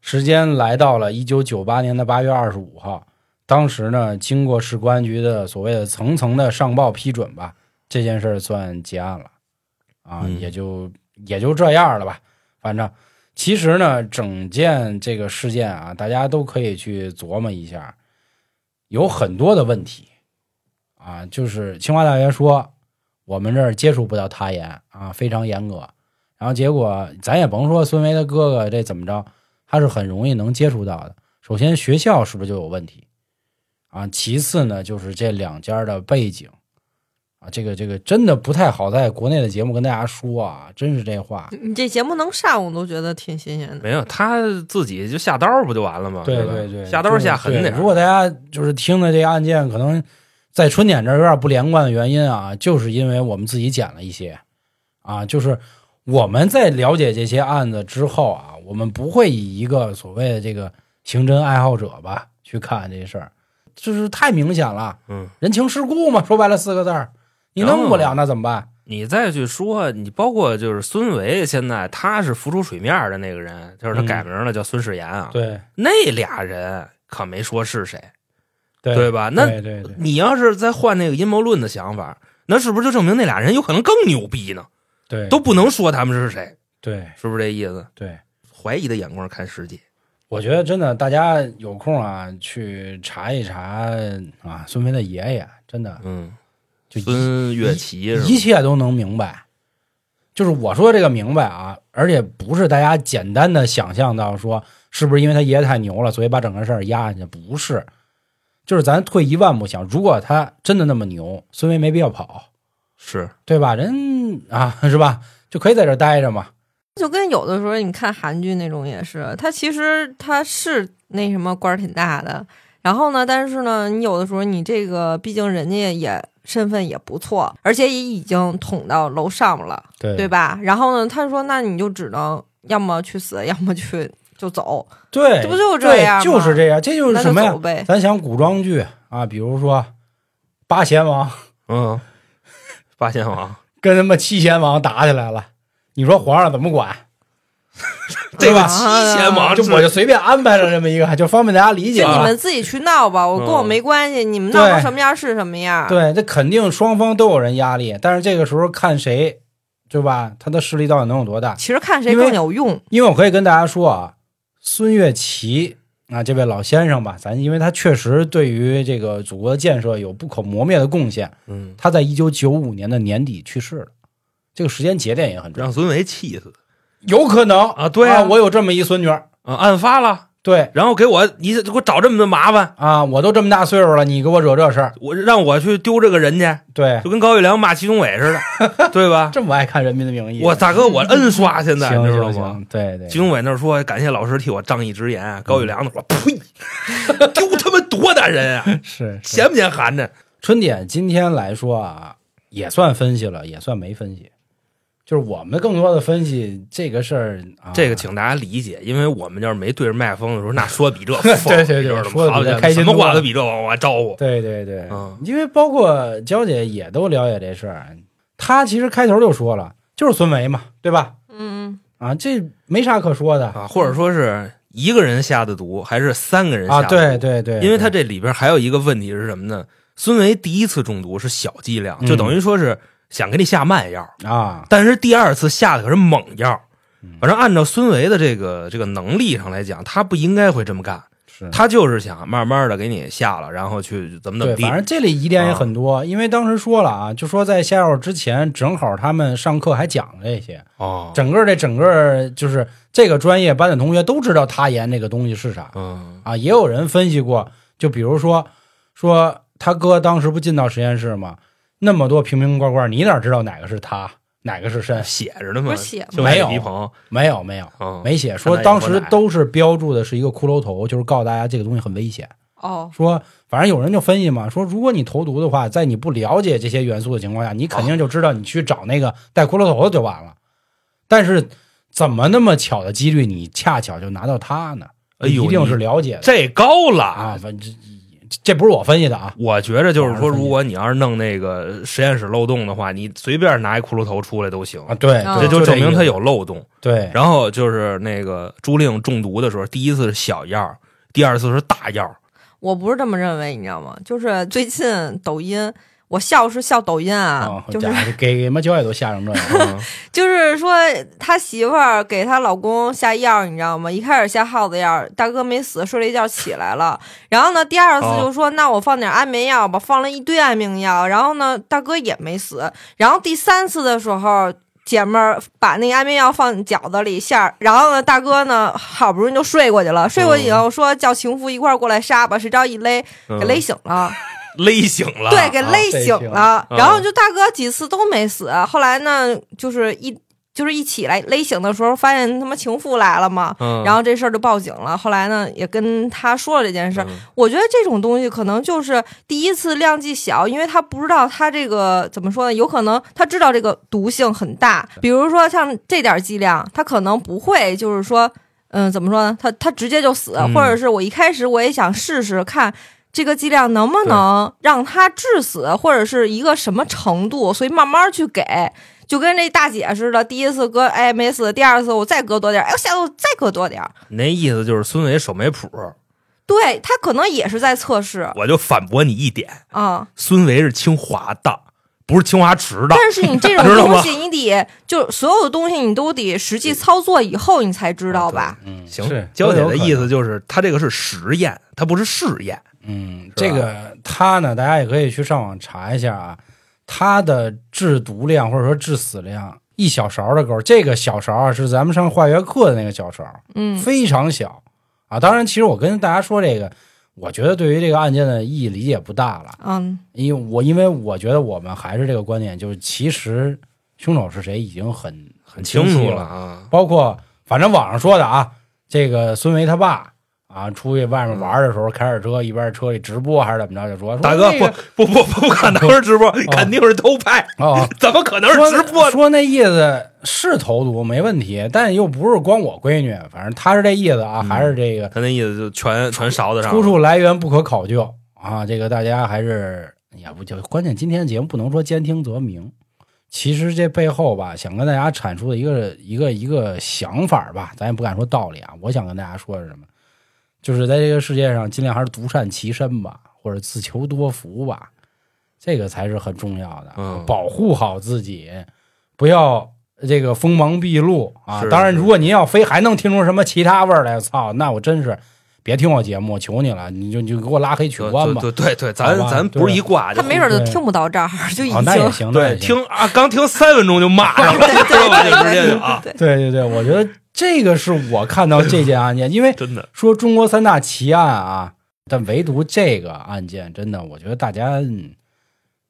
Speaker 3: 时间来到了一九九八年的八月二十五号，当时呢，经过市公安局的所谓的层层的上报批准吧，这件事儿算结案了啊，
Speaker 4: 嗯
Speaker 3: 也就也就这样了吧。反正其实呢，整件这个事件啊，大家都可以去琢磨一下，有很多的问题啊，就是清华大学说我们这儿接触不到他研啊，非常严格。然后结果咱也甭说孙维的哥哥这怎么着，他是很容易能接触到的。首先学校是不是就有问题啊？其次呢，就是这两家的背景啊，这个这个真的不太好在国内的节目跟大家说啊，真是这话。
Speaker 5: 你这节目能上，我都觉得挺新鲜的。
Speaker 4: 没有，他自己就下刀不就完了吗？
Speaker 3: 对
Speaker 4: 啊吧
Speaker 3: 对对，
Speaker 4: 下刀下狠
Speaker 3: 对
Speaker 4: 点儿。
Speaker 3: 如果大家就是听的这个案件，可能在春点这儿有点不连贯的原因啊，就是因为我们自己剪了一些啊，就是我们在了解这些案子之后啊，我们不会以一个所谓的这个刑侦爱好者吧去看这事儿，就是太明显了，
Speaker 4: 嗯，哦
Speaker 3: 人情世故嘛，说白了四个字儿，你弄不了那怎么办？
Speaker 4: 你再去说，你包括就是孙维，现在他是浮出水面的那个人，就是他
Speaker 3: 嗯
Speaker 4: 改名了，叫孙世炎啊。
Speaker 3: 对
Speaker 4: 那俩人可没说是谁，
Speaker 3: 对
Speaker 4: 对吧那
Speaker 3: 对对对
Speaker 4: 你要是再换那个阴谋论的想法，那是不是就证明那俩人有可能更牛逼呢？
Speaker 3: 对
Speaker 4: 都不能说他们是谁，
Speaker 3: 对
Speaker 4: 是不是这意思？
Speaker 3: 对。
Speaker 4: 怀疑的眼光看世界，
Speaker 3: 我觉得真的，大家有空啊，去查一查啊，孙飞的爷爷，真的
Speaker 4: 嗯，
Speaker 3: 就一
Speaker 4: 孙月琪
Speaker 3: 一
Speaker 4: 是吧？
Speaker 3: 切都能明白。啊就是我说这个明白啊，而且不是大家简单的想象到说是不是因为他爷爷太牛了，所以把整个事儿压下去，不是。就是咱退一万步想，如果他真的那么牛，孙威没必要跑，
Speaker 4: 是，
Speaker 3: 对吧？人啊，是吧？就可以在这儿待着嘛。
Speaker 5: 就跟有的时候你看韩剧那种也是，他其实他是那什么官儿挺大的，然后呢，但是呢，你有的时候你这个毕竟人家也身份也不错，而且也已经捅到楼上了，
Speaker 3: 对
Speaker 5: 对吧？然后呢，他说那你就只能要么去死，要么去就走，
Speaker 3: 对，
Speaker 5: 这不就是这
Speaker 3: 对
Speaker 5: 样吗
Speaker 3: 就是这样，这就是
Speaker 5: 那
Speaker 3: 什
Speaker 5: 就
Speaker 3: 么呀
Speaker 5: 走？呗。
Speaker 3: 咱想古装剧啊，比如说八贤王
Speaker 4: 嗯，八贤王，
Speaker 3: 跟他妈七贤王打起来了，你说皇上怎么管？
Speaker 4: 这个
Speaker 5: 啊
Speaker 4: 七贤王
Speaker 3: 就是我就随便安排了这么一个，就方便大家理解
Speaker 5: 就你
Speaker 3: 啊。嗯
Speaker 5: 们自己去闹吧，我跟我没关系。你们闹
Speaker 3: 对
Speaker 5: 成什么样是什么样。
Speaker 3: 对，这肯定双方都有人压力，但是这个时候看谁，对吧？他的势力到底能有多大？
Speaker 5: 其实看谁
Speaker 3: 因为
Speaker 5: 更有用。
Speaker 3: 因为我可以跟大家说啊，孙岳琦啊这位老先生吧，咱因为他确实对于这个祖国的建设有不可磨灭的贡献，
Speaker 4: 嗯，
Speaker 3: 他在一九九五年的年底去世了，这个时间节点也很重要，
Speaker 4: 让孙维气死
Speaker 3: 有可能
Speaker 4: 啊对啊
Speaker 3: 我有这么一孙女儿，
Speaker 4: 啊，案发了，
Speaker 3: 对
Speaker 4: 然后给我你给我找这么多麻烦，
Speaker 3: 啊，我都这么大岁数了，你给我惹这事儿，
Speaker 4: 我让我去丢这个人去，
Speaker 3: 对，
Speaker 4: 就跟高育良骂祁同伟似的，对吧？
Speaker 3: 这么爱看《人民的名义》，
Speaker 4: 我大哥，我摁刷现在，
Speaker 3: 行
Speaker 4: 你知道
Speaker 3: 行
Speaker 4: 吗？
Speaker 3: 行，对对
Speaker 4: 祁，同伟那儿说感谢老师替我仗义直言，啊高育良那我呸，丢他妈多大人啊，
Speaker 3: 是是
Speaker 4: 咸不咸寒 碜？
Speaker 3: 春点今天来说啊，也算分析了，也算没分析。就是我们更多的分析这个事儿啊，
Speaker 4: 这个请大家理解，因为我们要是没对着麦克风的时候，那 说比这疯，
Speaker 3: 对对对
Speaker 4: 你知道吗
Speaker 3: 说得比
Speaker 4: 好
Speaker 3: 这
Speaker 4: 家伙
Speaker 3: 开心
Speaker 4: 什么
Speaker 3: 多
Speaker 4: 话
Speaker 3: 了
Speaker 4: 都比这往外招呼。
Speaker 3: 对对对，
Speaker 4: 嗯
Speaker 3: 因为包括娇姐也都了解这事儿，她其实开头就说了，就是孙维嘛，对吧？
Speaker 5: 嗯，
Speaker 3: 啊，这没啥可说的
Speaker 4: 啊，或者说是一个人下的毒，还是三个人下
Speaker 3: 啊
Speaker 4: 的毒？
Speaker 3: 对对对，
Speaker 4: 因为
Speaker 3: 对
Speaker 4: 他这里边还有一个问题是什么呢？孙维第一次中毒是小剂量，
Speaker 3: 嗯
Speaker 4: 就等于说是想给你下慢药，
Speaker 3: 啊，
Speaker 4: 但是第二次下的可是猛药。
Speaker 3: 嗯
Speaker 4: 反正按照孙维的这个这个能力上来讲，他不应该会这么干，
Speaker 3: 是
Speaker 4: 他就是想慢慢的给你下了，然后去怎么怎
Speaker 3: 对，
Speaker 4: 么地啊
Speaker 3: 反。正这里疑点也很多，因为当时说了啊，就说在下药之前，正好他们上课还讲了这些，
Speaker 4: 哦，
Speaker 3: 整个这整个就是这个专业班的同学都知道他研这个东西是啥
Speaker 4: 嗯
Speaker 3: 啊，也有人分析过，就比如说说他哥当时不进到实验室吗？那么多瓶瓶罐罐，你哪知道哪个是他，哪个是参？
Speaker 4: 写着呢吗？
Speaker 5: 不是写吗
Speaker 4: 就买
Speaker 3: 没有
Speaker 4: 李鹏，
Speaker 3: 没有没有
Speaker 4: 嗯，
Speaker 3: 没写，说
Speaker 4: 看来也
Speaker 3: 当
Speaker 4: 不
Speaker 3: 时
Speaker 4: 奶
Speaker 3: 都是标注的是一个骷髅头，就是告诉大家这个东西很危险。
Speaker 5: 哦，
Speaker 3: 说反正有人就分析嘛，说如果你投毒的话，在你不了解这些元素的情况下，你肯定就知道你去找那个带骷髅头的就完了。但是怎么那么巧的几率，你恰巧就拿到它呢？
Speaker 4: 哎呦
Speaker 3: 一定是了解的
Speaker 4: 这高了
Speaker 3: 啊！！反正这这不是我分析的啊，
Speaker 4: 我觉着就是
Speaker 3: 网上
Speaker 4: 说，
Speaker 3: 分析
Speaker 4: 如果你要是弄那个实验室漏洞的话，你随便拿一骷髅头出来都行，
Speaker 3: 啊对，
Speaker 5: 啊
Speaker 4: 这
Speaker 3: 对
Speaker 4: 就证明它
Speaker 3: 这意思
Speaker 4: 有漏洞。
Speaker 3: 对
Speaker 4: 然后就是那个朱令中毒的时候，第一次是小药，第二次是大药。
Speaker 5: 我不是这么认为，你知道吗？就是最近抖音，我笑是笑抖音啊
Speaker 3: 啊，，
Speaker 5: 就是
Speaker 3: 家伙给给妈焦也都吓成这样
Speaker 5: 就是说他媳妇儿给他老公下药，你知道吗？一开始下耗子药，大哥没死，睡了一觉起来了。然后呢，第二次
Speaker 4: 哦
Speaker 5: 就说、那我放点安眠药吧，放了一堆安眠药。然后呢，大哥也没死。然后第三次的时候。姐们儿把那个安眠药放饺子里馅儿，然后呢，大哥呢好不容易就睡过去了。睡过去以后说叫情妇一块儿过来杀吧，谁知道一勒
Speaker 4: 嗯
Speaker 5: 给勒醒了。
Speaker 4: 勒醒了，
Speaker 5: 对，给
Speaker 3: 啊
Speaker 5: 勒
Speaker 3: 勒
Speaker 5: 醒
Speaker 3: 醒
Speaker 5: 了。
Speaker 4: 嗯
Speaker 5: 然后就大哥几次都没死，后来呢，就是一就是一起来勒醒的时候，发现他妈情妇来了嘛。
Speaker 4: 嗯，
Speaker 5: 然后这事儿就报警了，后来呢也跟他说了这件事儿。
Speaker 4: 嗯
Speaker 5: 我觉得这种东西可能就是第一次量级小，因为他不知道他这个怎么说呢，有可能他知道这个毒性很大。比如说像这点儿剂量，他可能不会就是说，嗯，怎么说呢？他他直接就死，
Speaker 4: 嗯
Speaker 5: 或者是我一开始我也想试试看。这个剂量能不能让他致死，或者是一个什么程度？所以慢慢去给，就跟这大姐似的，第一次割哎没死，第二次我再割多点儿，哎，我下次我再割多点儿。
Speaker 4: 你那意思就是孙伟手没谱，
Speaker 5: 对他可能也是在测试
Speaker 4: 我就反驳你一点，
Speaker 5: 啊、
Speaker 4: 孙伟是清华的，不是清华池的。
Speaker 5: 但是 你这种
Speaker 4: 知道吗
Speaker 5: 东西，你得就所有的东西你都得实际操作以后你才知道吧？
Speaker 3: 嗯
Speaker 4: 行
Speaker 3: 是，
Speaker 4: 娇姐
Speaker 3: 都有
Speaker 4: 的
Speaker 3: 可
Speaker 4: 意
Speaker 3: 能
Speaker 4: 思就是，他这个是实验，他不是试验。
Speaker 3: 嗯，
Speaker 4: 是
Speaker 3: 这
Speaker 4: 吧
Speaker 3: 个他呢，大家也可以去上网查一下啊，他的制毒量或者说致死量，一小勺的狗，这个小勺啊是咱们上化学课的那个小勺，
Speaker 5: 嗯，
Speaker 3: 非常小啊。当然，其实我跟大家说这个，我觉得对于这个案件的意义理解不大了，
Speaker 5: 嗯，
Speaker 3: 因为我因为我觉得我们还是这个观点，就是其实凶手是谁已经很很
Speaker 4: 清
Speaker 3: 晰
Speaker 4: 楚
Speaker 3: 了
Speaker 4: 了，啊，
Speaker 3: 包括反正网上说的啊，这个孙维他爸啊，出去外面玩的时候开着车，一边车里直播还是怎么着，就说
Speaker 4: 大
Speaker 3: 说
Speaker 4: 哥
Speaker 3: 那
Speaker 4: 不
Speaker 3: 个
Speaker 4: 不不不可能是直播，肯定是偷拍，
Speaker 3: 哦，
Speaker 4: 怎么可能
Speaker 3: 说
Speaker 4: 是直播？
Speaker 3: 说那意思是投毒没问题，但又不是光我闺女，反正他是这意思
Speaker 4: 嗯
Speaker 3: 啊，还是这个
Speaker 4: 他那意思就全全勺子上了，
Speaker 3: 出处来源不可考究啊，这个大家还是也不就关键。今天节目不能说兼听则明，其实这背后吧，想跟大家阐述的一个一个一个想法吧，咱也不敢说道理啊。我想跟大家说是什么，就是在这个世界上，尽量还是独善其身吧，或者自求多福吧，这个才是很重要的。啊
Speaker 4: 嗯
Speaker 3: 保护好自己，不要。这个锋芒毕露啊
Speaker 4: 是！
Speaker 3: 当然，
Speaker 4: 是
Speaker 3: 如果您要非还能听出什么其他味儿来，操，那我真是别听我节目，求你了，你就你就给我拉黑取
Speaker 4: 对
Speaker 3: 关吧。
Speaker 4: 对对对，咱
Speaker 3: 好吧
Speaker 4: 咱不是一挂，
Speaker 5: 他
Speaker 4: 就
Speaker 5: 没准就
Speaker 3: 对
Speaker 5: 听不到这儿，就已
Speaker 3: 啊， 那也
Speaker 5: 经
Speaker 3: 行，那
Speaker 4: 对
Speaker 3: 也行
Speaker 4: 听啊，刚听三分钟就骂上 了， 知道吧？就直接就啊，
Speaker 3: 对对对，我觉得这个是我看到这件案件，因为
Speaker 4: 真的
Speaker 3: 说中国三大奇案啊，但唯独这个案件，真的，我觉得大家嗯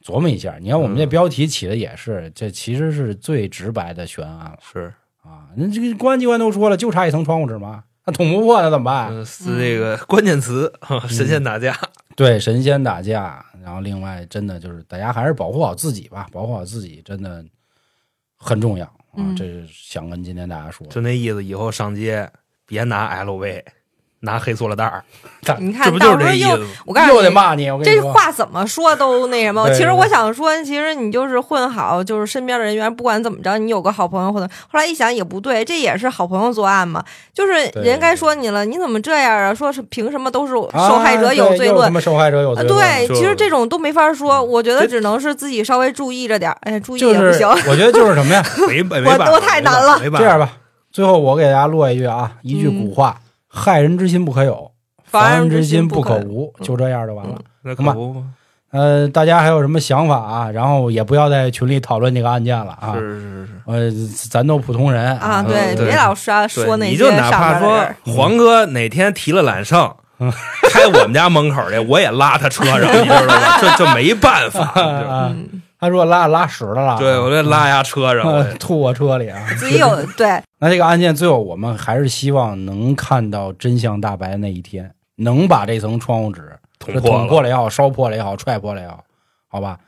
Speaker 3: 琢磨一下。你看我们这
Speaker 4: 嗯
Speaker 3: 标题起的也是，这其实是最直白的悬案了
Speaker 4: 是
Speaker 3: 啊！那这个公安机关都说了，就差一层窗户纸嘛，那捅不破那怎么办？
Speaker 4: 嗯是这个关键词哈神
Speaker 3: 嗯
Speaker 4: 仙打架，
Speaker 3: 对，神仙打架，然后另外真的就是大家还是保护好自己吧，保护好自己真的很重要啊！
Speaker 5: 嗯
Speaker 3: 这是想跟今天大家说的。
Speaker 4: 就那意思，以后上街别拿 LV，拿黑塑料袋儿，
Speaker 5: 你看
Speaker 4: 这不就
Speaker 5: 到
Speaker 4: 是
Speaker 5: 时
Speaker 4: 这
Speaker 5: 候
Speaker 4: 意
Speaker 5: 又
Speaker 4: 思吗？
Speaker 5: 我告诉你，
Speaker 3: 又得骂你，我跟你
Speaker 5: 这
Speaker 3: 说，
Speaker 5: 话怎么说都那什么。
Speaker 3: 对
Speaker 5: 其实
Speaker 3: 对
Speaker 5: 我想说，其实你就是混好，就是身边的人员，不管怎么着，你有个好朋友或者后来一想也不对，这也是好朋友作案嘛。就是
Speaker 3: 对
Speaker 5: 人该说你了，你怎么这样啊？说是凭什么都是
Speaker 3: 啊
Speaker 5: 受害者有罪
Speaker 3: 对又他
Speaker 5: 论？
Speaker 3: 妈受害者有
Speaker 5: 呃
Speaker 3: 罪论。
Speaker 5: 对，
Speaker 4: 就
Speaker 5: 其实这种都没法说，我觉得
Speaker 4: 这
Speaker 5: 只能是自己稍微注意着点儿。哎，注意
Speaker 3: 就
Speaker 5: 也不
Speaker 3: 是
Speaker 5: 行，
Speaker 3: 我觉得就是什么呀？
Speaker 4: 没办没办法，
Speaker 5: 我太难了
Speaker 4: 没办
Speaker 3: 这
Speaker 4: 法，
Speaker 3: 样吧，最后我给大家落一句啊，一句古话：害人之心不可有，
Speaker 5: 嗯防
Speaker 3: 防
Speaker 5: 人之
Speaker 3: 之
Speaker 5: 心
Speaker 3: 不
Speaker 5: 可
Speaker 3: 可
Speaker 5: 无嗯
Speaker 3: 无，就这样就完了。
Speaker 4: 那可不吗？
Speaker 3: 呃，大家还有什么想法啊？然后也不要在群里讨论这个案件了啊。
Speaker 4: 是是是。
Speaker 3: 呃，咱都普通人
Speaker 5: 啊！对，
Speaker 4: 嗯对
Speaker 5: 别老说
Speaker 4: 对
Speaker 5: 说那
Speaker 4: 你
Speaker 5: 些
Speaker 4: 就
Speaker 5: 上
Speaker 4: 哪怕
Speaker 5: 边的人
Speaker 4: 说。黄哥哪天提了揽胜，
Speaker 3: 嗯
Speaker 4: 开我们家门口去，我也拉他车上，你知道吗？这这没办法，你知道吗
Speaker 3: 啊，他说拉拉屎的了，
Speaker 4: 对我这拉呀车上，我
Speaker 3: 呃 吐我车里啊。
Speaker 5: 自己有对，
Speaker 3: 那这个案件最后，我们还是希望能看到真相大白的那一天，能把这层窗户纸
Speaker 4: 捅
Speaker 3: 是
Speaker 4: 破
Speaker 3: 捅
Speaker 4: 了。
Speaker 3: 破了也好，烧破了也好，踹破了也好，好吧，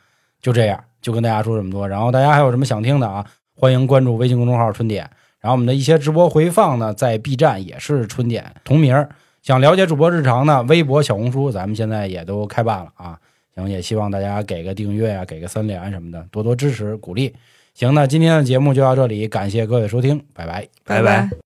Speaker 3: 就这样，就跟大家说这么多。然后大家还有什么想听的啊？欢迎关注微信公众号“春点”，然后我们的一些直播回放呢，在 B 站也是“春点”同名儿。想了解主播日常呢，微博、小红书咱们现在也都开办了啊。行，也希望大家给个订阅啊，给个三连什么的，多多支持鼓励。行，那今天的节目就到这里，感谢各位收听，拜拜。
Speaker 4: 拜拜
Speaker 5: 拜。